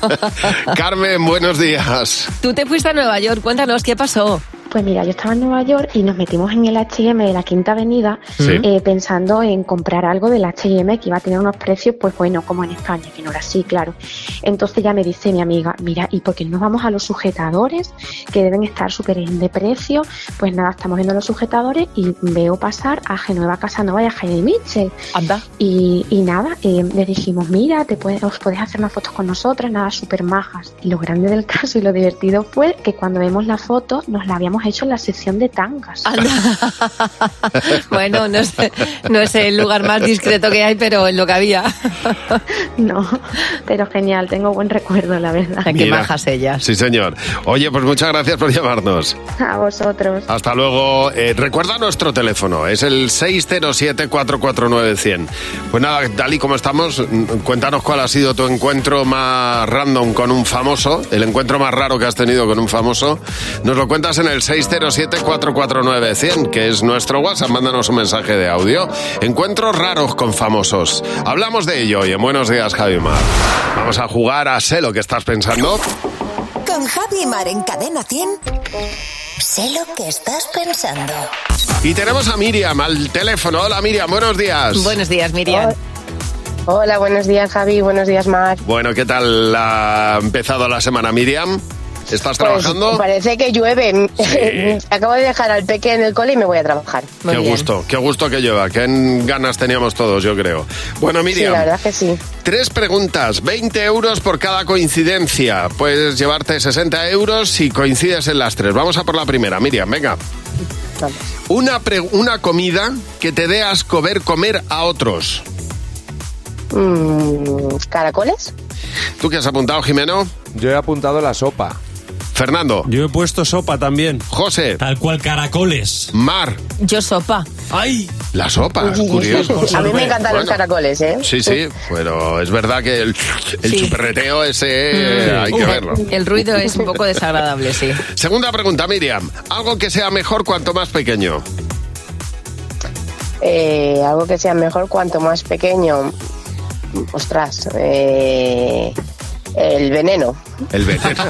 Speaker 2: Carmen, buenos días.
Speaker 3: Tú te fuiste a Nueva York, cuéntanos qué pasó.
Speaker 8: Pues mira, yo estaba en Nueva York y nos metimos en el H&M de la Quinta Avenida
Speaker 2: Sí.
Speaker 8: eh, pensando en comprar algo del H&M que iba a tener unos precios, pues bueno, como en España, que no era así, claro. Entonces ya me dice mi amiga, mira, ¿y por qué no nos vamos a los sujetadores que deben estar súper bien de precio? Pues nada, estamos viendo los sujetadores y veo pasar a Genueva Casanova y a Jaime Mitchell. Y, y nada, eh, le dijimos, mira, te puedes, os podéis hacer unas fotos con nosotras, nada, súper majas. Y lo grande del caso y lo divertido fue que cuando vemos la foto nos la habíamos hecho en la sección de tangas.
Speaker 3: Bueno, no es, no es el lugar más discreto que hay, pero es lo que había.
Speaker 8: No, pero genial, tengo buen recuerdo, la verdad.
Speaker 2: Mira.
Speaker 3: Ah, ellas.
Speaker 2: Sí, señor. Oye, pues muchas gracias por llamarnos.
Speaker 8: A vosotros.
Speaker 2: Hasta luego. Eh, recuerda nuestro teléfono, es el 607-449-100. Pues nada, tal y como estamos, mm, cuéntanos cuál ha sido tu encuentro más random con un famoso, el encuentro más raro que has tenido con un famoso. Nos lo cuentas en el 607-449-100, que es nuestro WhatsApp. Mándanos un mensaje de audio. Encuentros raros con famosos. Hablamos de ello hoy en Buenos Días, Javi Mar. Vamos a jugar a sé lo que estás pensando.
Speaker 21: Con Javi y Mar en Cadena 100.
Speaker 4: Sé lo que estás pensando.
Speaker 2: Y tenemos a Miriam al teléfono. Hola Miriam, buenos días.
Speaker 3: Buenos días, Miriam.
Speaker 21: Hola, buenos días Javi, buenos días Mar.
Speaker 2: Bueno, ¿qué tal ha empezado la semana Miriam? ¿Estás trabajando?
Speaker 21: Pues, parece que llueve.
Speaker 2: Sí.
Speaker 21: Acabo de dejar al peque en el cole y me voy a trabajar.
Speaker 2: qué gusto, qué gusto que lleva, qué ganas teníamos todos, yo creo. Bueno,
Speaker 21: Sí, la
Speaker 2: Miriam,
Speaker 21: verdad que sí.
Speaker 2: Tres preguntas, 20 euros por cada coincidencia. Puedes llevarte 60 euros si coincides en las tres. Vamos a por la primera, Miriam, venga. Una, pre- una comida que te dé asco ver comer a otros.
Speaker 21: Mm, ¿Caracoles?
Speaker 2: ¿Tú qué has apuntado, Jimeno?
Speaker 23: Yo he apuntado la sopa.
Speaker 2: Fernando.
Speaker 23: Yo he puesto sopa también.
Speaker 2: José.
Speaker 23: Tal cual caracoles.
Speaker 2: Mar.
Speaker 3: Yo sopa.
Speaker 16: ¡Ay!
Speaker 2: La sopa, es curioso.
Speaker 21: a mí me encantan los caracoles, ¿eh?
Speaker 2: Sí, sí, pero es verdad que el, el
Speaker 3: Sí.
Speaker 2: chuperreteo ese eh, hay que verlo.
Speaker 3: Mm. El ruido es un poco desagradable, sí.
Speaker 2: Segunda pregunta, Miriam. Algo que sea mejor cuanto más pequeño.
Speaker 21: Eh, algo que sea mejor cuanto más pequeño. Ostras, eh, el veneno.
Speaker 2: El veneno.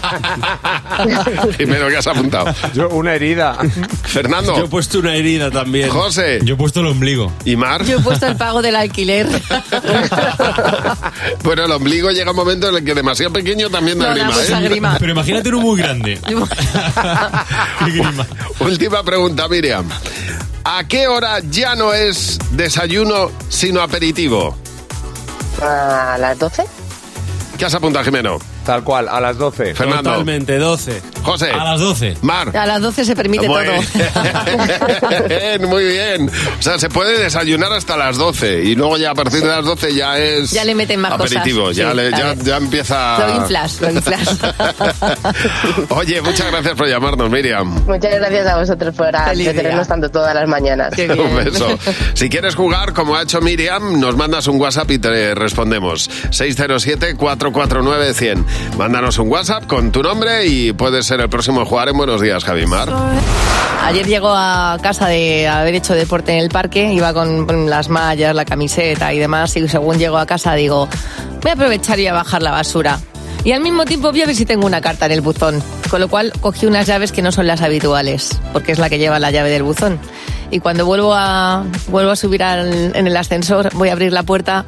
Speaker 2: Primero que has apuntado.
Speaker 23: Yo, una herida.
Speaker 2: Fernando.
Speaker 23: Yo he puesto una herida también.
Speaker 2: José.
Speaker 16: Yo he puesto el ombligo.
Speaker 2: ¿Y Mar?
Speaker 3: Yo he puesto el pago del alquiler.
Speaker 2: Bueno, el ombligo llega un momento en el que demasiado pequeño también da
Speaker 3: No, da
Speaker 2: grima.
Speaker 3: mucha
Speaker 2: ¿eh?
Speaker 3: grima.
Speaker 16: Pero imagínate uno muy grande.
Speaker 2: Última pregunta, Miriam. ¿A qué hora ya no es desayuno sino aperitivo?
Speaker 21: ¿A las 12?
Speaker 2: ¿Qué has apuntado, Jimeno?
Speaker 23: Tal cual, a las 12.
Speaker 2: Fernando.
Speaker 23: Totalmente, 12.
Speaker 2: José.
Speaker 23: A
Speaker 16: las 12.
Speaker 2: Mar.
Speaker 3: A las 12 se permite
Speaker 2: Muy
Speaker 3: todo.
Speaker 2: bien, muy bien. O sea, se puede desayunar hasta las 12 y luego ya a partir de las 12 ya es
Speaker 3: Ya le meten más
Speaker 2: aperitivo,
Speaker 3: cosas.
Speaker 2: ya,
Speaker 3: Sí,
Speaker 2: le-
Speaker 3: a
Speaker 2: ya,
Speaker 3: ver.
Speaker 2: ya empieza...
Speaker 3: Lo inflas,
Speaker 2: Ah.
Speaker 3: lo inflas.
Speaker 2: Oye, muchas gracias por llamarnos, Miriam.
Speaker 21: Muchas gracias a vosotros por
Speaker 2: Feliz
Speaker 21: entretenernos
Speaker 2: día.
Speaker 21: tanto todas las mañanas.
Speaker 2: Un beso. Si quieres jugar, como ha hecho Miriam, nos mandas un WhatsApp y te respondemos. 607-449-100. Mándanos un WhatsApp con tu nombre y puedes ser el próximo a jugar en Buenos Días, Javimar.
Speaker 3: Ayer llegó a casa de haber hecho deporte en el parque, iba con con las mallas, la camiseta y demás, y según llego a casa digo, voy a aprovechar y voy a bajar la basura. Y al mismo tiempo voy a ver si tengo una carta en el buzón, con lo cual cogí unas llaves que no son las habituales, porque es la que lleva la llave del buzón. Y cuando vuelvo a, vuelvo a subir al- en el ascensor, voy a abrir la puerta,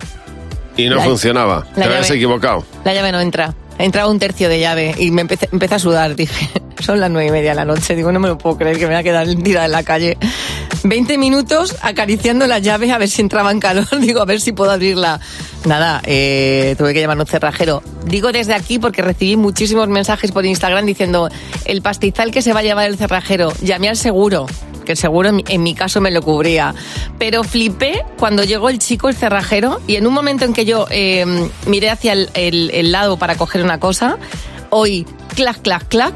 Speaker 2: Y no
Speaker 3: La-
Speaker 2: funcionaba.
Speaker 3: la
Speaker 2: Te habías
Speaker 3: llave.
Speaker 2: equivocado.
Speaker 3: la llave no entra. Entraba un tercio de llave y me empecé, empecé a sudar. Dije, son las nueve y media de la noche. Digo, no me lo puedo creer que me voy a quedar tirada en la calle. Veinte minutos acariciando las llaves a ver si entraba en calor. Digo, a ver si puedo abrirla. Nada, eh, tuve que llamar a un cerrajero. Digo desde aquí porque recibí muchísimos mensajes por Instagram diciendo, el pastizal que se va a llevar el cerrajero, llamé al seguro que el seguro en mi- en mi caso me lo cubría. Pero flipé cuando llegó el chico, el cerrajero, y en un momento en que yo eh, miré hacia el, el- el lado para coger una cosa, oí clac, clac, clac,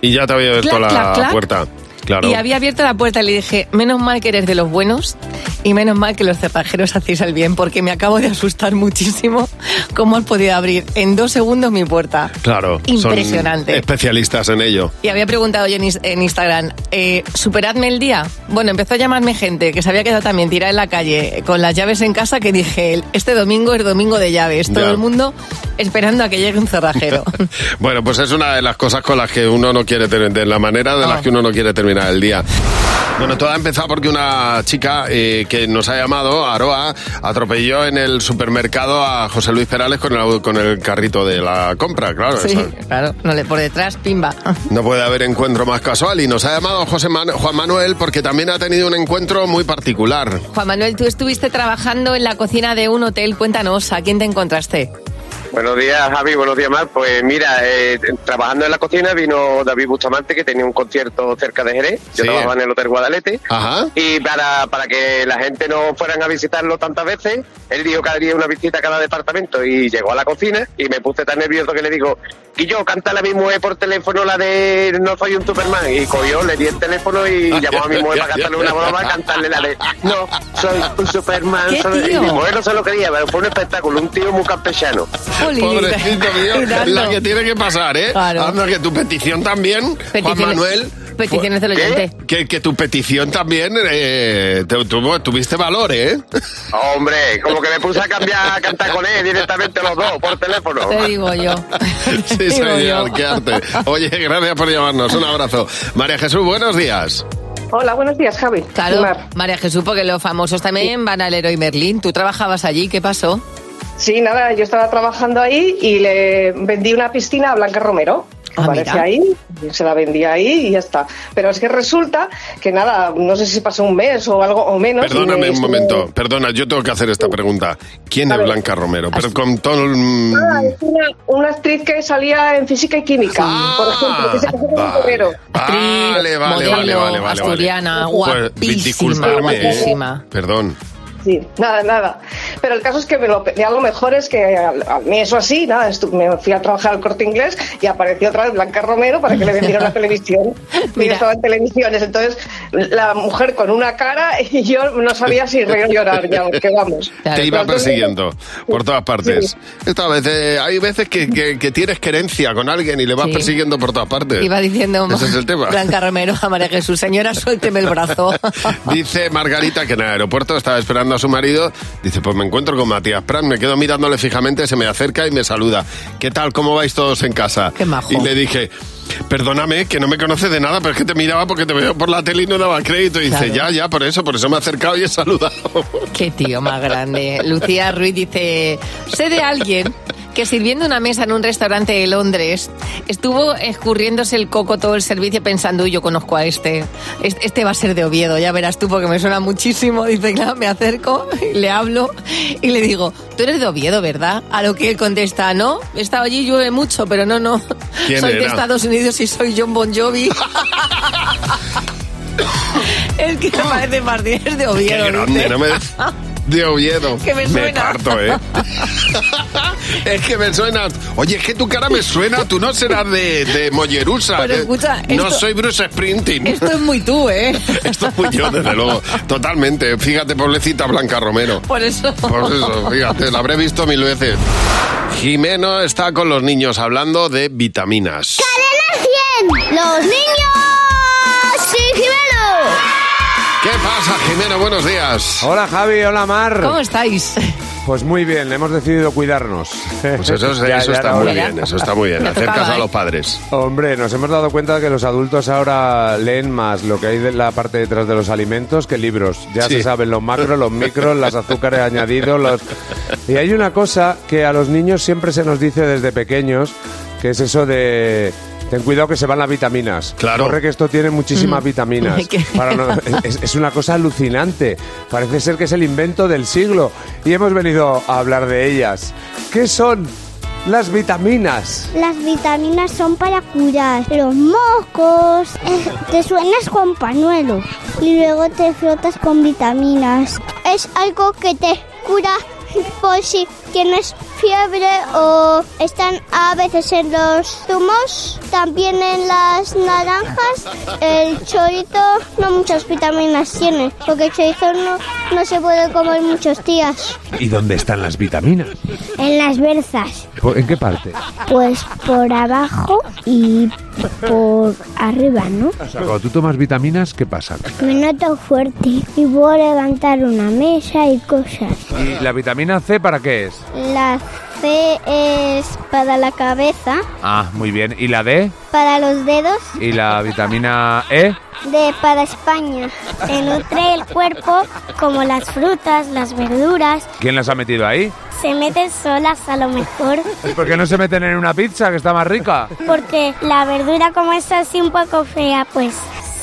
Speaker 2: Y ya te había abierto
Speaker 3: Clac,
Speaker 2: la
Speaker 3: clac, clac.
Speaker 2: puerta. Claro.
Speaker 3: y había abierto la puerta y le dije, menos mal que eres de los buenos y menos mal que los cerrajeros hacéis el bien, porque me acabo de asustar muchísimo cómo has podido abrir en dos segundos mi puerta.
Speaker 2: Claro. son
Speaker 3: Impresionante.
Speaker 2: especialistas en ello.
Speaker 3: Y había preguntado yo en, is- en Instagram, eh, ¿superadme el día? Bueno, empezó a llamarme gente que se había quedado también tirada en la calle eh, con las llaves en casa que dije, este domingo es domingo de llaves, todo
Speaker 2: Ya.
Speaker 3: el mundo esperando a que llegue un cerrajero.
Speaker 2: Bueno, pues es una de las cosas con las que uno no quiere tener, de la manera de las que uno no quiere terminar el día. Bueno, todo ha empezado porque una chica eh, que nos ha llamado, Aroa, atropelló en el supermercado a José Luis Perales con el, con el carrito de la compra, claro.
Speaker 3: Sí,
Speaker 2: eso-
Speaker 3: claro, no le por detrás, pimba.
Speaker 2: No puede haber encuentro más casual. Y nos ha llamado José Man- Juan Manuel porque también ha tenido un encuentro muy particular.
Speaker 3: Juan Manuel, tú estuviste trabajando en la cocina de un hotel, cuéntanos, ¿a quién te encontraste?
Speaker 24: Buenos días, Javi. Buenos días, Mar. Pues mira, eh, trabajando en la cocina vino David Bustamante, que tenía un concierto cerca de Jerez.
Speaker 25: Sí.
Speaker 24: Yo trabajaba en el Hotel Guadalete.
Speaker 2: Ajá.
Speaker 24: Y para, para que la gente no fueran a visitarlo tantas veces, él dijo que haría una visita a cada departamento. Y llegó a la cocina y me puse tan nervioso que le digo, y yo, cántale a mi mujer por teléfono la de No soy un Superman. Y cogió, le di el teléfono y llamó a mi mujer para cantarle una broma, cantarle la de No soy un Superman.
Speaker 25: ¿Qué
Speaker 24: soy-". Y
Speaker 25: tío?
Speaker 24: mi mujer no se lo creía, pero fue un espectáculo, un tío muy campechano.
Speaker 2: Pobrecito mío,
Speaker 24: Y tanto.
Speaker 2: la que tiene que pasar, ¿eh?
Speaker 24: Claro.
Speaker 2: Anda, que tu petición también, Juan
Speaker 24: Peticiones.
Speaker 2: Manuel,
Speaker 3: Peticiones del
Speaker 2: ¿Qué?
Speaker 3: oyente.
Speaker 2: Que, que tu petición también eh, te- tuvo- tuviste valor, ¿eh?
Speaker 24: Hombre, como que me puse a cambiar, a cantar con él directamente los dos por teléfono.
Speaker 3: Te digo yo.
Speaker 2: Sí,
Speaker 3: Digo
Speaker 2: señor,
Speaker 3: yo.
Speaker 2: qué arte. Oye, gracias por llamarnos. Un abrazo. María Jesús, buenos días.
Speaker 3: Hola, buenos días, Javi. Claro, María Jesús, porque los famosos también van al Héroe Merlín. Tú trabajabas allí, ¿qué pasó?
Speaker 1: Sí, nada, yo estaba trabajando ahí y le vendí una piscina a Blanca Romero.
Speaker 3: Ah,
Speaker 1: Aparece ahí, se la vendía ahí y ya está. Pero es que resulta que nada, no sé si pasó un mes o algo o menos. y
Speaker 2: Perdóname
Speaker 1: me-
Speaker 2: un momento. Perdona, yo tengo que hacer esta pregunta. ¿Quién es Blanca Romero? Pero con todo el- mm,
Speaker 1: Ah, es una, una actriz que salía en física y química, por ejemplo, que se casó con un
Speaker 2: Ah, vale.
Speaker 1: torero.
Speaker 2: Vale, vale, vale, vale, vale, vale.
Speaker 1: asturiana,
Speaker 2: Pues,
Speaker 1: guapísima,
Speaker 2: disculpadme, ¿eh?
Speaker 1: guapísima.
Speaker 2: Perdón.
Speaker 1: Sí, nada, nada. Pero el caso es que me lo, pedía, lo mejor es que a, a mí eso así, nada, estu- me fui a trabajar al corte inglés y apareció otra vez Blanca Romero para que le vendiera la televisión. Mira. estaba en televisiones, entonces la mujer con una cara y yo no sabía si reír o llorar, ya, que vamos.
Speaker 2: Te iba
Speaker 1: Pero entonces-
Speaker 2: persiguiendo por todas partes.
Speaker 1: Sí.
Speaker 2: Esta vez, eh, hay veces que, que- que tienes querencia con alguien y le vas
Speaker 3: Sí.
Speaker 2: persiguiendo por todas partes.
Speaker 3: Iba diciendo
Speaker 2: Ese es el tema.
Speaker 3: Blanca Romero a María Jesús, señora, suélteme el brazo.
Speaker 2: Dice Margarita que en el aeropuerto estaba esperando a su marido. Dice, pues me encuentro con Matías Prat, me quedo mirándole fijamente, se me acerca y me saluda. ¿Qué tal? ¿Cómo vais todos en casa? Y le dije, perdóname, que no me conoces de nada, pero es que te miraba porque te veo por la tele y no daba crédito. Y dice, ya,
Speaker 3: Claro.
Speaker 2: ya, por eso, por eso me he acercado y he saludado.
Speaker 3: Qué tío más grande. Lucía Ruiz dice, sé de alguien que sirviendo una mesa en un restaurante de Londres estuvo escurriéndose el coco todo el servicio pensando, "Uy, yo conozco a este. Es- este va a ser de Oviedo, ya verás tú porque me suena muchísimo. Dice, claro, me acerco, y le hablo y le digo, tú eres de Oviedo, ¿verdad? A lo que él contesta, no, he estado allí, llueve mucho, pero no, no.
Speaker 2: ¿Quién
Speaker 3: soy de
Speaker 2: era?
Speaker 3: Estados Unidos y soy John Bon Jovi. el que me parece más bien es de
Speaker 2: Qué
Speaker 3: Oviedo.
Speaker 2: grande,
Speaker 3: dice.
Speaker 2: no me... De Oviedo.
Speaker 3: Que me suena.
Speaker 2: parto, ¿eh? es que me suena. Oye, es que tu cara me suena. Tú no serás de, de Mollerusa.
Speaker 3: Pero
Speaker 2: Eh,
Speaker 3: escucha,
Speaker 2: no
Speaker 3: esto-
Speaker 2: soy Bruce Sprinting.
Speaker 3: Esto es muy tú, ¿eh?
Speaker 2: Esto fui yo, desde luego. Totalmente. Fíjate, pobrecita Blanca Romero.
Speaker 3: Por eso.
Speaker 2: Por eso, fíjate, la habré visto mil veces. Jimeno está con los niños hablando de vitaminas.
Speaker 5: ¡Los niños! ¡Sí,
Speaker 2: ¿Qué pasa, Jimeno? Buenos días.
Speaker 23: Hola, Javi. Hola, Mar.
Speaker 3: ¿Cómo estáis?
Speaker 23: Pues muy bien, hemos decidido cuidarnos.
Speaker 2: Pues eso, es-
Speaker 23: Ya-
Speaker 2: eso
Speaker 23: ya
Speaker 2: está
Speaker 23: era
Speaker 2: muy
Speaker 23: hora.
Speaker 2: bien, eso está muy bien.
Speaker 23: Ya
Speaker 2: Hacer
Speaker 23: tocaba,
Speaker 2: caso a
Speaker 23: ¿eh?
Speaker 2: los padres.
Speaker 23: Hombre, nos hemos dado cuenta que los adultos ahora leen más lo que hay de la parte detrás de los alimentos que libros. Ya
Speaker 2: Sí.
Speaker 23: se saben los macros, los micros, las azúcares añadidos, los... Y hay una cosa que a los niños siempre se nos dice desde pequeños, que es eso de... Ten cuidado que se van las vitaminas. Claro. Corre que esto tiene muchísimas vitaminas.
Speaker 3: ¿Qué?
Speaker 23: Para no- es, es una cosa alucinante. Parece ser que es el invento del siglo. Y hemos venido a hablar de ellas. ¿Qué son las vitaminas?
Speaker 5: Las vitaminas son para curar los mocos. Eh, Te suenas con pañuelo y luego te frotas con vitaminas. Es algo que te cura por si tienes fiebre o están a veces en los zumos, también en las naranjas, el chorizo, no muchas vitaminas tiene, porque el chorizo no, no se puede comer muchos días.
Speaker 23: ¿Y dónde están las vitaminas?
Speaker 5: En las berzas.
Speaker 23: ¿En qué parte?
Speaker 5: Pues por abajo y por arriba, ¿no?
Speaker 23: O sea, cuando tú tomas vitaminas, ¿qué pasa?
Speaker 5: Me noto fuerte y puedo levantar una mesa y cosas.
Speaker 23: ¿Y la vitamina C para qué es?
Speaker 5: La C es para la cabeza,
Speaker 23: Ah, muy bien. ¿Y la D?
Speaker 5: para los dedos,
Speaker 23: ¿Y la vitamina E?
Speaker 5: de para España. Se nutre el cuerpo como las frutas, las verduras.
Speaker 23: ¿Quién las ha metido ahí?
Speaker 5: Se meten solas a lo mejor.
Speaker 23: ¿Y por qué no se meten en una pizza que está más rica?
Speaker 5: Porque la verdura como es así un poco fea, pues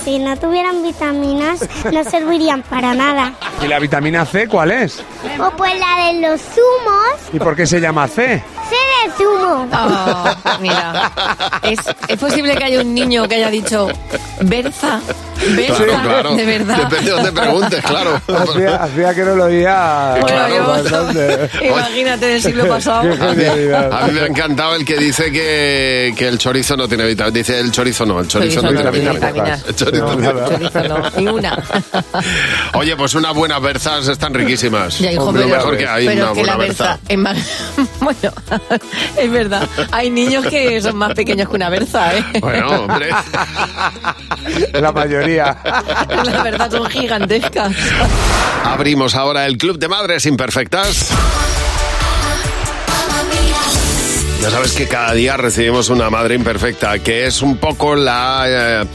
Speaker 5: si no tuvieran vitaminas no servirían para nada.
Speaker 23: ¿Y la vitamina C cuál es?
Speaker 5: O pues la de los zumos.
Speaker 23: ¿Y por qué se llama C?
Speaker 5: Se de zumo.
Speaker 3: mira, es, es posible que haya un niño que haya dicho, Berza, Berza,
Speaker 23: Claro, claro.
Speaker 3: de verdad.
Speaker 23: Depende de dónde
Speaker 2: preguntes, claro.
Speaker 23: Hacía, hacía que no lo oía. pues,
Speaker 3: Bueno, yo-
Speaker 23: bastante.
Speaker 3: Imagínate del siglo pasado.
Speaker 23: Qué genialidad.
Speaker 2: A mí me ha encantado el que dice que, que el chorizo no tiene vitaminas. Dice el chorizo no, el chorizo, no, tiene vitaminas. El chorizo no.
Speaker 3: Chorizo no, ni una.
Speaker 2: Oye, pues unas buenas berzas están riquísimas.
Speaker 3: Ya, hijo,
Speaker 2: Lo
Speaker 3: pero-
Speaker 2: mejor que hay
Speaker 3: pero
Speaker 2: una
Speaker 3: que la
Speaker 2: buena berza.
Speaker 3: berza es más- bueno, Es verdad. Hay niños que son más pequeños que una berza, ¿eh?
Speaker 2: Bueno, hombre.
Speaker 23: La mayoría.
Speaker 3: La verdad son gigantescas.
Speaker 2: Abrimos ahora el Club de Madres Imperfectas. Ya sabes que cada día recibimos una madre imperfecta, que es un poco la... eh,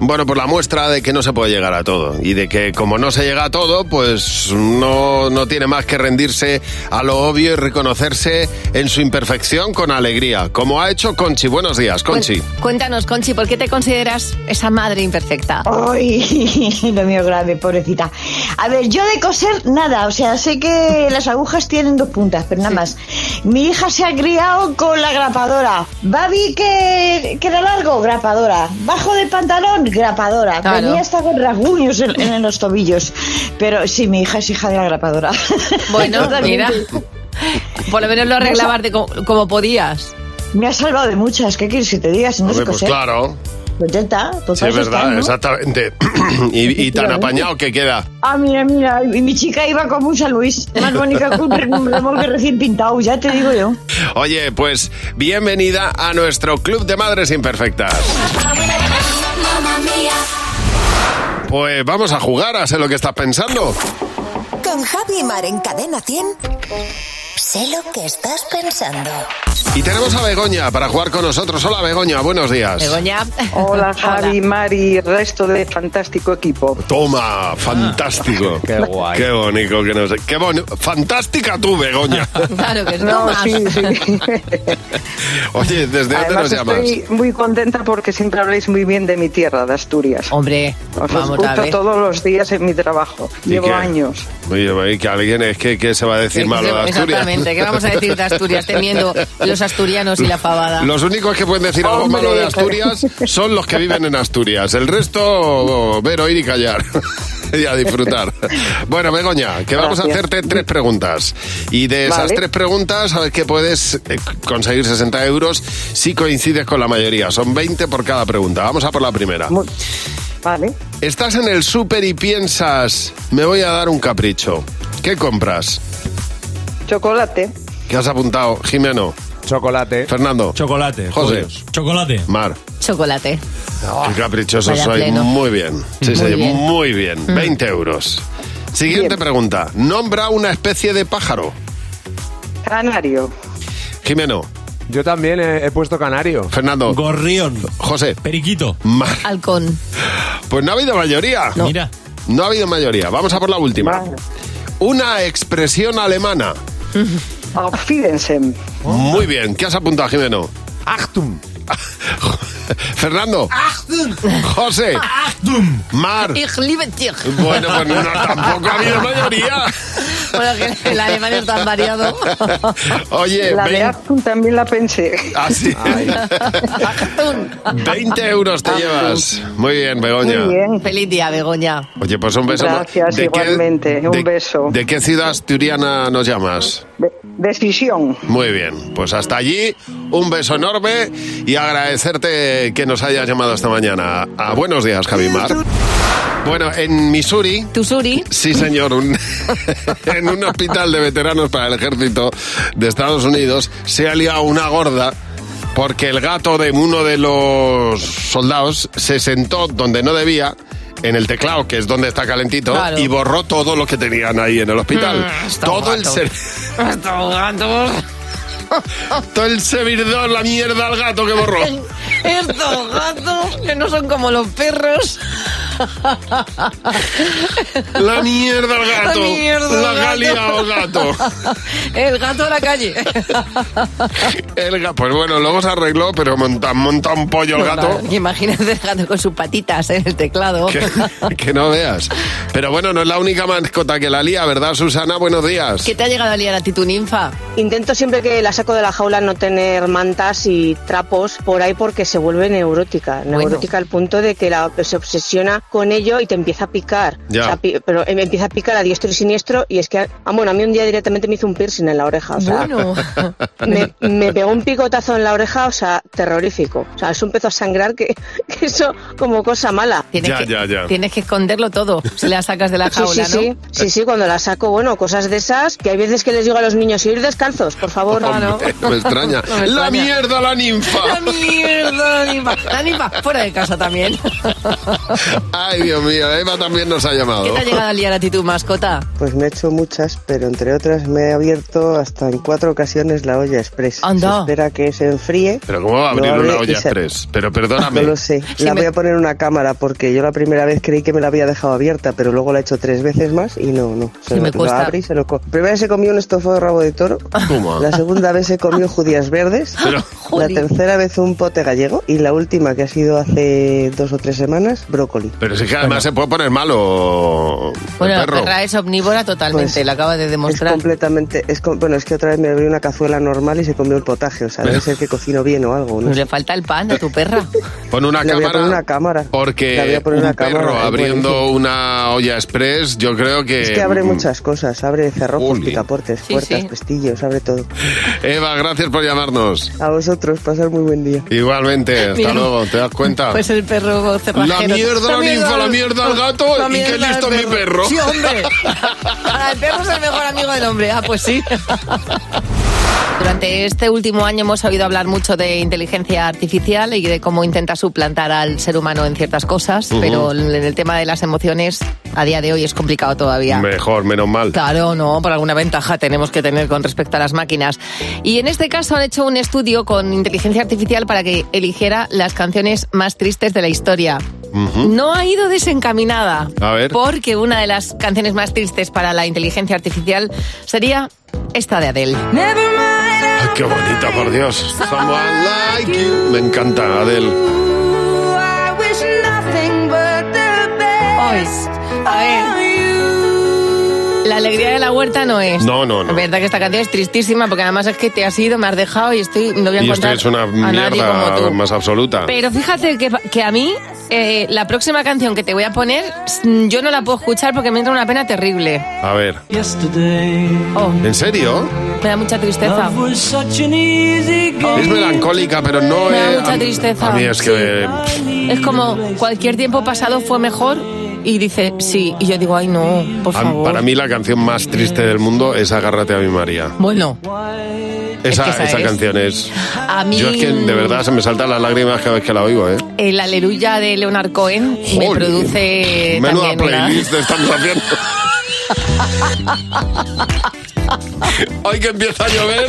Speaker 2: bueno, por la muestra de que no se puede llegar a todo y de que como no se llega a todo, pues no, no tiene más que rendirse a lo obvio y reconocerse en su imperfección con alegría, como ha hecho Conchi. Buenos días,
Speaker 6: Pues,
Speaker 2: Conchi.
Speaker 3: Cuéntanos, Conchi, ¿por qué te consideras esa madre imperfecta?
Speaker 6: Ay, lo mío grave, pobrecita. A ver, yo de coser nada, o sea, sé que las agujas tienen dos puntas, pero nada más. Mi hija se ha criado con la grapadora. Babi, que, que era largo, grapadora. Bajo del pantalón, grapadora.
Speaker 3: Claro.
Speaker 6: Venía hasta con rasguños en, en los tobillos. Pero sí, mi hija es hija de la grapadora.
Speaker 3: Bueno,
Speaker 6: Totalmente.
Speaker 3: mira. Por lo menos lo arreglabas de co- como podías.
Speaker 6: Me ha salvado de muchas, ¿qué quieres que te diga? Si no sé
Speaker 2: Hombre, pues
Speaker 6: coser.
Speaker 2: claro.
Speaker 6: Pues ya está, pues
Speaker 2: Sí,
Speaker 6: para
Speaker 2: es
Speaker 6: eso
Speaker 2: verdad,
Speaker 6: está, ¿no?
Speaker 2: exactamente. y, y tan
Speaker 6: Efectivamente.
Speaker 2: apañado que queda.
Speaker 6: Ah, mira, mira, y mi chica iba como un San Luis, más bonita que un re- un remolque recién pintado, ya te digo yo.
Speaker 2: Oye, pues bienvenida a nuestro Club de Madres Imperfectas. Pues vamos a jugar a sé lo que estás pensando.
Speaker 4: Con Javi y Mar en Cadena 100. Sé lo que estás pensando.
Speaker 2: Y tenemos a Begoña para jugar con nosotros. Hola Begoña, buenos días.
Speaker 7: Hola Javi, Mari, resto de fantástico equipo.
Speaker 2: Toma, Ah, fantástico. qué guay. Qué bonito que no sé. Qué boni- Fantástica tú, Begoña.
Speaker 3: Claro que
Speaker 7: No,
Speaker 3: tomas.
Speaker 7: sí, sí.
Speaker 2: Oye, ¿desde dónde nos
Speaker 7: Además
Speaker 2: llamas?
Speaker 7: estoy muy contenta porque siempre habláis muy bien de mi tierra, de Asturias.
Speaker 3: Hombre,
Speaker 7: os
Speaker 3: vamos a
Speaker 7: escucho
Speaker 3: ver.
Speaker 7: todos los días en mi trabajo.
Speaker 2: ¿Y
Speaker 7: Llevo
Speaker 2: qué?
Speaker 7: años.
Speaker 2: Oye, oye, que alguien es que, que se va a decir malo de Asturias.
Speaker 3: Exactamente. ¿Qué vamos a decir de Asturias temiendo los asturianos y la pavada?
Speaker 2: Los únicos que pueden decir algo
Speaker 3: Hombre,
Speaker 2: malo de
Speaker 3: pero-
Speaker 2: Asturias son los que viven en Asturias. El resto, ver, oír y callar. y a disfrutar. Bueno, Begoña, que vamos a
Speaker 7: Gracias.
Speaker 2: hacerte tres preguntas. Y de esas
Speaker 7: Vale.
Speaker 2: tres preguntas, sabes que puedes eh, conseguir 60 euros si coincides con la mayoría. Son 20 por cada pregunta. Vamos a por la primera.
Speaker 7: Vale.
Speaker 2: Estás en el súper y piensas, me voy a dar un capricho. ¿Qué compras?
Speaker 7: Chocolate.
Speaker 2: ¿Qué has apuntado, Jimeno?
Speaker 23: Chocolate.
Speaker 2: Fernando.
Speaker 16: Chocolate.
Speaker 2: José.
Speaker 16: pollos. Chocolate.
Speaker 2: Mar.
Speaker 3: Chocolate.
Speaker 2: Qué caprichoso
Speaker 3: Oh, Vaya
Speaker 2: soy.
Speaker 3: pleno.
Speaker 2: Muy bien. Sí,
Speaker 3: Muy
Speaker 2: sí,
Speaker 3: bien. Mm.
Speaker 2: muy bien. 20 euros. Siguiente pregunta. Nombra una especie de pájaro.
Speaker 7: Canario.
Speaker 2: Jimeno.
Speaker 23: Yo también he, he puesto canario.
Speaker 2: Fernando.
Speaker 16: Gorrión.
Speaker 2: José.
Speaker 16: Periquito.
Speaker 2: Mar.
Speaker 3: Halcón.
Speaker 2: Pues no ha habido mayoría.
Speaker 16: No. Mira.
Speaker 2: No ha habido mayoría. Vamos a por la última. Una expresión alemana.
Speaker 7: Auf Wiedersehen.
Speaker 16: Oh.
Speaker 2: Muy bien. ¿Qué has apuntado, Jimeno?
Speaker 23: Achtung.
Speaker 2: Fernando.
Speaker 3: Achtung.
Speaker 2: José.
Speaker 16: Achtung.
Speaker 2: Mar.
Speaker 3: Ich liebe dich.
Speaker 2: Bueno, pues no, tampoco ha habido mayoría.
Speaker 3: Bueno, que el alemán es tan variado.
Speaker 2: Oye, Ah,
Speaker 7: la de
Speaker 2: 20,
Speaker 7: Achtung también la pensé.
Speaker 2: así. 20 euros te llevas. Muy bien, Begoña.
Speaker 3: Feliz día, Begoña.
Speaker 2: Oye, pues un beso.
Speaker 7: Gracias,
Speaker 2: ¿De qué-
Speaker 7: igualmente. Un
Speaker 2: de-
Speaker 7: beso.
Speaker 2: ¿De qué ciudad asturiana nos llamas?
Speaker 7: Decisión.
Speaker 2: Muy bien, pues hasta allí, un beso enorme y agradecerte que nos hayas llamado esta mañana. A buenos días, Javimar. Bueno, en Missouri.
Speaker 3: ¿Tusuri?
Speaker 2: Sí, señor. un- en un hospital de veteranos para el ejército de Estados Unidos se ha liado una gorda porque el gato de uno de los soldados se sentó donde no debía. En el teclado, que es donde está calentito,
Speaker 3: Claro.
Speaker 2: y borró todo lo que tenían ahí en el hospital.
Speaker 3: Mm, está
Speaker 2: todo el
Speaker 3: gato.
Speaker 2: ser.
Speaker 3: Hasta los gatos.
Speaker 2: Todo el servidor, la mierda al gato que borró.
Speaker 3: Estos gatos que no son como los perros.
Speaker 2: La mierda al gato.
Speaker 3: La mierda
Speaker 2: La
Speaker 3: al
Speaker 2: que ha liado al gato.
Speaker 3: El gato de la calle.
Speaker 2: El ga- Pues bueno, luego se arregló, pero monta, monta un pollo el gato.
Speaker 3: Claro, Pues Imagínate el gato con sus patitas en el teclado.
Speaker 2: Que, que no veas. Pero bueno, no es la única mascota que la lía, ¿verdad, Susana? Buenos días.
Speaker 3: ¿Qué te ha llegado a liar a ti tu ninfa?
Speaker 9: Intento siempre que la saco de la jaula no tener mantas y trapos por ahí porque se vuelve neurótica. Neurótica al punto de que la, se obsesiona con ello y te empieza a picar.
Speaker 2: Ya.
Speaker 9: O sea, pi- pero eh, me empieza a picar a diestro y siniestro y es que, ah, bueno, a mí un día directamente me hizo un piercing en la oreja. O sea,
Speaker 3: Bueno.
Speaker 9: me, me pegó un picotazo en la oreja, o sea, terrorífico. O sea, eso empezó a sangrar que, que eso como cosa mala.
Speaker 3: Tienes, que, tienes que esconderlo todo si la sacas de la
Speaker 9: Sí, sí,
Speaker 3: jaula, ¿no?
Speaker 9: sí, sí, sí, cuando la saco, bueno, cosas de esas, que hay veces que les digo a los niños, ir descalzos, por favor.
Speaker 2: Hombre, pues, no me extraña.
Speaker 3: No me
Speaker 2: ¡La
Speaker 3: extraña.
Speaker 2: mierda, la ninfa!
Speaker 3: La mierda, la ninfa. La ninfa, fuera de casa también.
Speaker 2: Ay, Dios mío, Eva también nos ha
Speaker 3: ¿Qué
Speaker 2: llamado.
Speaker 3: te ha llegado a liar a ti tu mascota?
Speaker 10: Pues me he hecho muchas, pero entre otras me he abierto hasta en cuatro ocasiones la olla express. Se espera que se enfríe.
Speaker 2: Pero ¿cómo va a
Speaker 10: lo
Speaker 2: abrir
Speaker 10: abre
Speaker 2: una
Speaker 10: y
Speaker 2: olla
Speaker 10: se-
Speaker 2: express? Pero perdóname.
Speaker 10: Ah, No lo sé.
Speaker 2: Sí,
Speaker 10: la
Speaker 2: me-
Speaker 10: voy a poner en una cámara porque yo la primera vez creí que me la había dejado abierta, pero luego la he hecho tres veces más y no, no. Se Sí, lo, me lo cuesta. abre y se lo co- Primera vez se comió un estofado de rabo de toro.
Speaker 2: Toma.
Speaker 10: La segunda vez se comió judías verdes. la tercera vez un pote gallego. Y la última, que ha sido hace dos o tres semanas, brócoli.
Speaker 2: Pero sí que además se puede poner malo
Speaker 3: Bueno,
Speaker 2: el
Speaker 3: la
Speaker 2: perro.
Speaker 3: perra es omnívora totalmente,
Speaker 10: Pues,
Speaker 3: lo acaba de demostrar.
Speaker 10: Es completamente. Es, com- bueno, es que otra vez me abrí una cazuela normal y se comió el potaje. O sea, debe ser que cocino bien o algo, ¿no?
Speaker 3: pues Le falta el pan a tu perra.
Speaker 2: Pon una
Speaker 10: Le voy a
Speaker 2: cámara.
Speaker 10: poner una cámara. Le voy
Speaker 2: Porque
Speaker 10: a poner
Speaker 2: un
Speaker 10: una cámara,
Speaker 2: perro
Speaker 10: es
Speaker 2: abriendo
Speaker 10: buenísimo.
Speaker 2: una olla express, yo creo que.
Speaker 10: Es que abre
Speaker 2: Mm,
Speaker 10: muchas cosas, abre cerrojos, picaportes,
Speaker 2: Sí,
Speaker 10: puertas,
Speaker 2: sí.
Speaker 10: pestillos, abre todo.
Speaker 2: Eva, gracias por llamarnos.
Speaker 10: A vosotros, pasar muy buen día.
Speaker 2: Igualmente, hasta
Speaker 10: Mira.
Speaker 2: luego, ¿te das cuenta?
Speaker 10: Pues
Speaker 3: el perro
Speaker 2: Ah. La mierda, la ninfa, la mierda, el gato
Speaker 3: la
Speaker 2: y qué
Speaker 3: mierda,
Speaker 2: listo
Speaker 3: el
Speaker 2: mi perro.
Speaker 3: Sí, hombre. Ahora, el perro es el mejor amigo del hombre. Ah, pues sí. Durante este último año hemos oído hablar mucho de inteligencia artificial y de cómo intenta suplantar al ser humano en ciertas cosas,
Speaker 2: Ujú.
Speaker 3: pero en el tema de las emociones a día de hoy es complicado todavía.
Speaker 2: Mejor, menos mal.
Speaker 3: Claro, no, por alguna ventaja tenemos que tener con respecto a las máquinas. Y en este caso han hecho un estudio con inteligencia artificial para que eligiera las canciones más tristes de la historia.
Speaker 2: Ujú.
Speaker 3: No ha ido desencaminada.
Speaker 2: A ver.
Speaker 3: Porque una de las canciones más tristes para la inteligencia artificial sería esta de Adele.
Speaker 2: Ay, qué bonita, por Dios. Someone like you. Me encanta, Adel.
Speaker 3: Hoy, a ver. La alegría de la huerta no es.
Speaker 2: No, no, no.
Speaker 3: Es verdad que esta canción es tristísima porque además es que te has ido, me has dejado y estoy no voy a
Speaker 2: Y esto
Speaker 3: encontrar
Speaker 2: es una
Speaker 3: a nadie como
Speaker 2: mierda
Speaker 3: tú.
Speaker 2: más absoluta.
Speaker 3: Pero fíjate que, que a mí eh, la próxima canción que te voy a poner mm, yo no la puedo escuchar porque me entra una pena terrible.
Speaker 2: A ver.
Speaker 3: Oh,
Speaker 2: ¿En serio?
Speaker 3: me da mucha tristeza.
Speaker 2: Es melancólica, pero no
Speaker 3: Me da
Speaker 2: es.
Speaker 3: mucha
Speaker 2: a-
Speaker 3: tristeza.
Speaker 2: A mí es que. eh,
Speaker 3: Es como cualquier tiempo pasado fue mejor y dice sí y yo digo ay no, por
Speaker 2: a-
Speaker 3: favor.
Speaker 2: para mí la canción más triste del mundo es Agárrate a mi María.
Speaker 3: Bueno,
Speaker 2: Esa,
Speaker 3: que esa
Speaker 2: esa
Speaker 3: es.
Speaker 2: canción es.
Speaker 3: a mí
Speaker 2: Yo es que de verdad se me saltan las lágrimas cada vez que la oigo, ¿eh?
Speaker 3: el aleluya de Leonard Cohen me
Speaker 2: Jolín.
Speaker 3: produce
Speaker 2: Menuda
Speaker 3: Eh, también una-
Speaker 2: playlist estamos haciendo. Hoy que empieza a llover.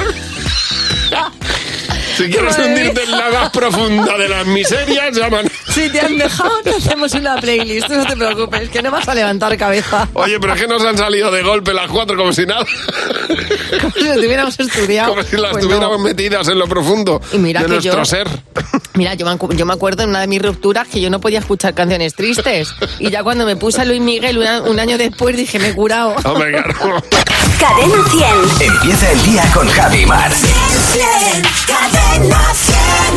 Speaker 2: Si quieres
Speaker 3: Madre
Speaker 2: hundirte en
Speaker 3: mía.
Speaker 2: la más profunda de las miserias, llaman.
Speaker 3: Si te han dejado, te hacemos una playlist. Tú no te preocupes, que no vas a levantar cabeza.
Speaker 2: Oye, pero es que nos han salido de golpe las cuatro como si nada.
Speaker 3: Como si lo tuviéramos estudiado.
Speaker 2: Como si las
Speaker 3: Pues no.
Speaker 2: tuviéramos metidas en lo profundo
Speaker 3: Y mira
Speaker 2: de
Speaker 3: que
Speaker 2: nuestro
Speaker 3: yo-
Speaker 2: ser.
Speaker 3: Mira, yo me, acu- yo me acuerdo en una de mis rupturas que yo no podía escuchar canciones tristes. Y ya cuando me puse a Luis Miguel una- un año después dije, me he curado.
Speaker 2: Hombre, claro.
Speaker 4: Cadena 100.
Speaker 11: Empieza el día con Javi Mar.
Speaker 4: Cadena 100.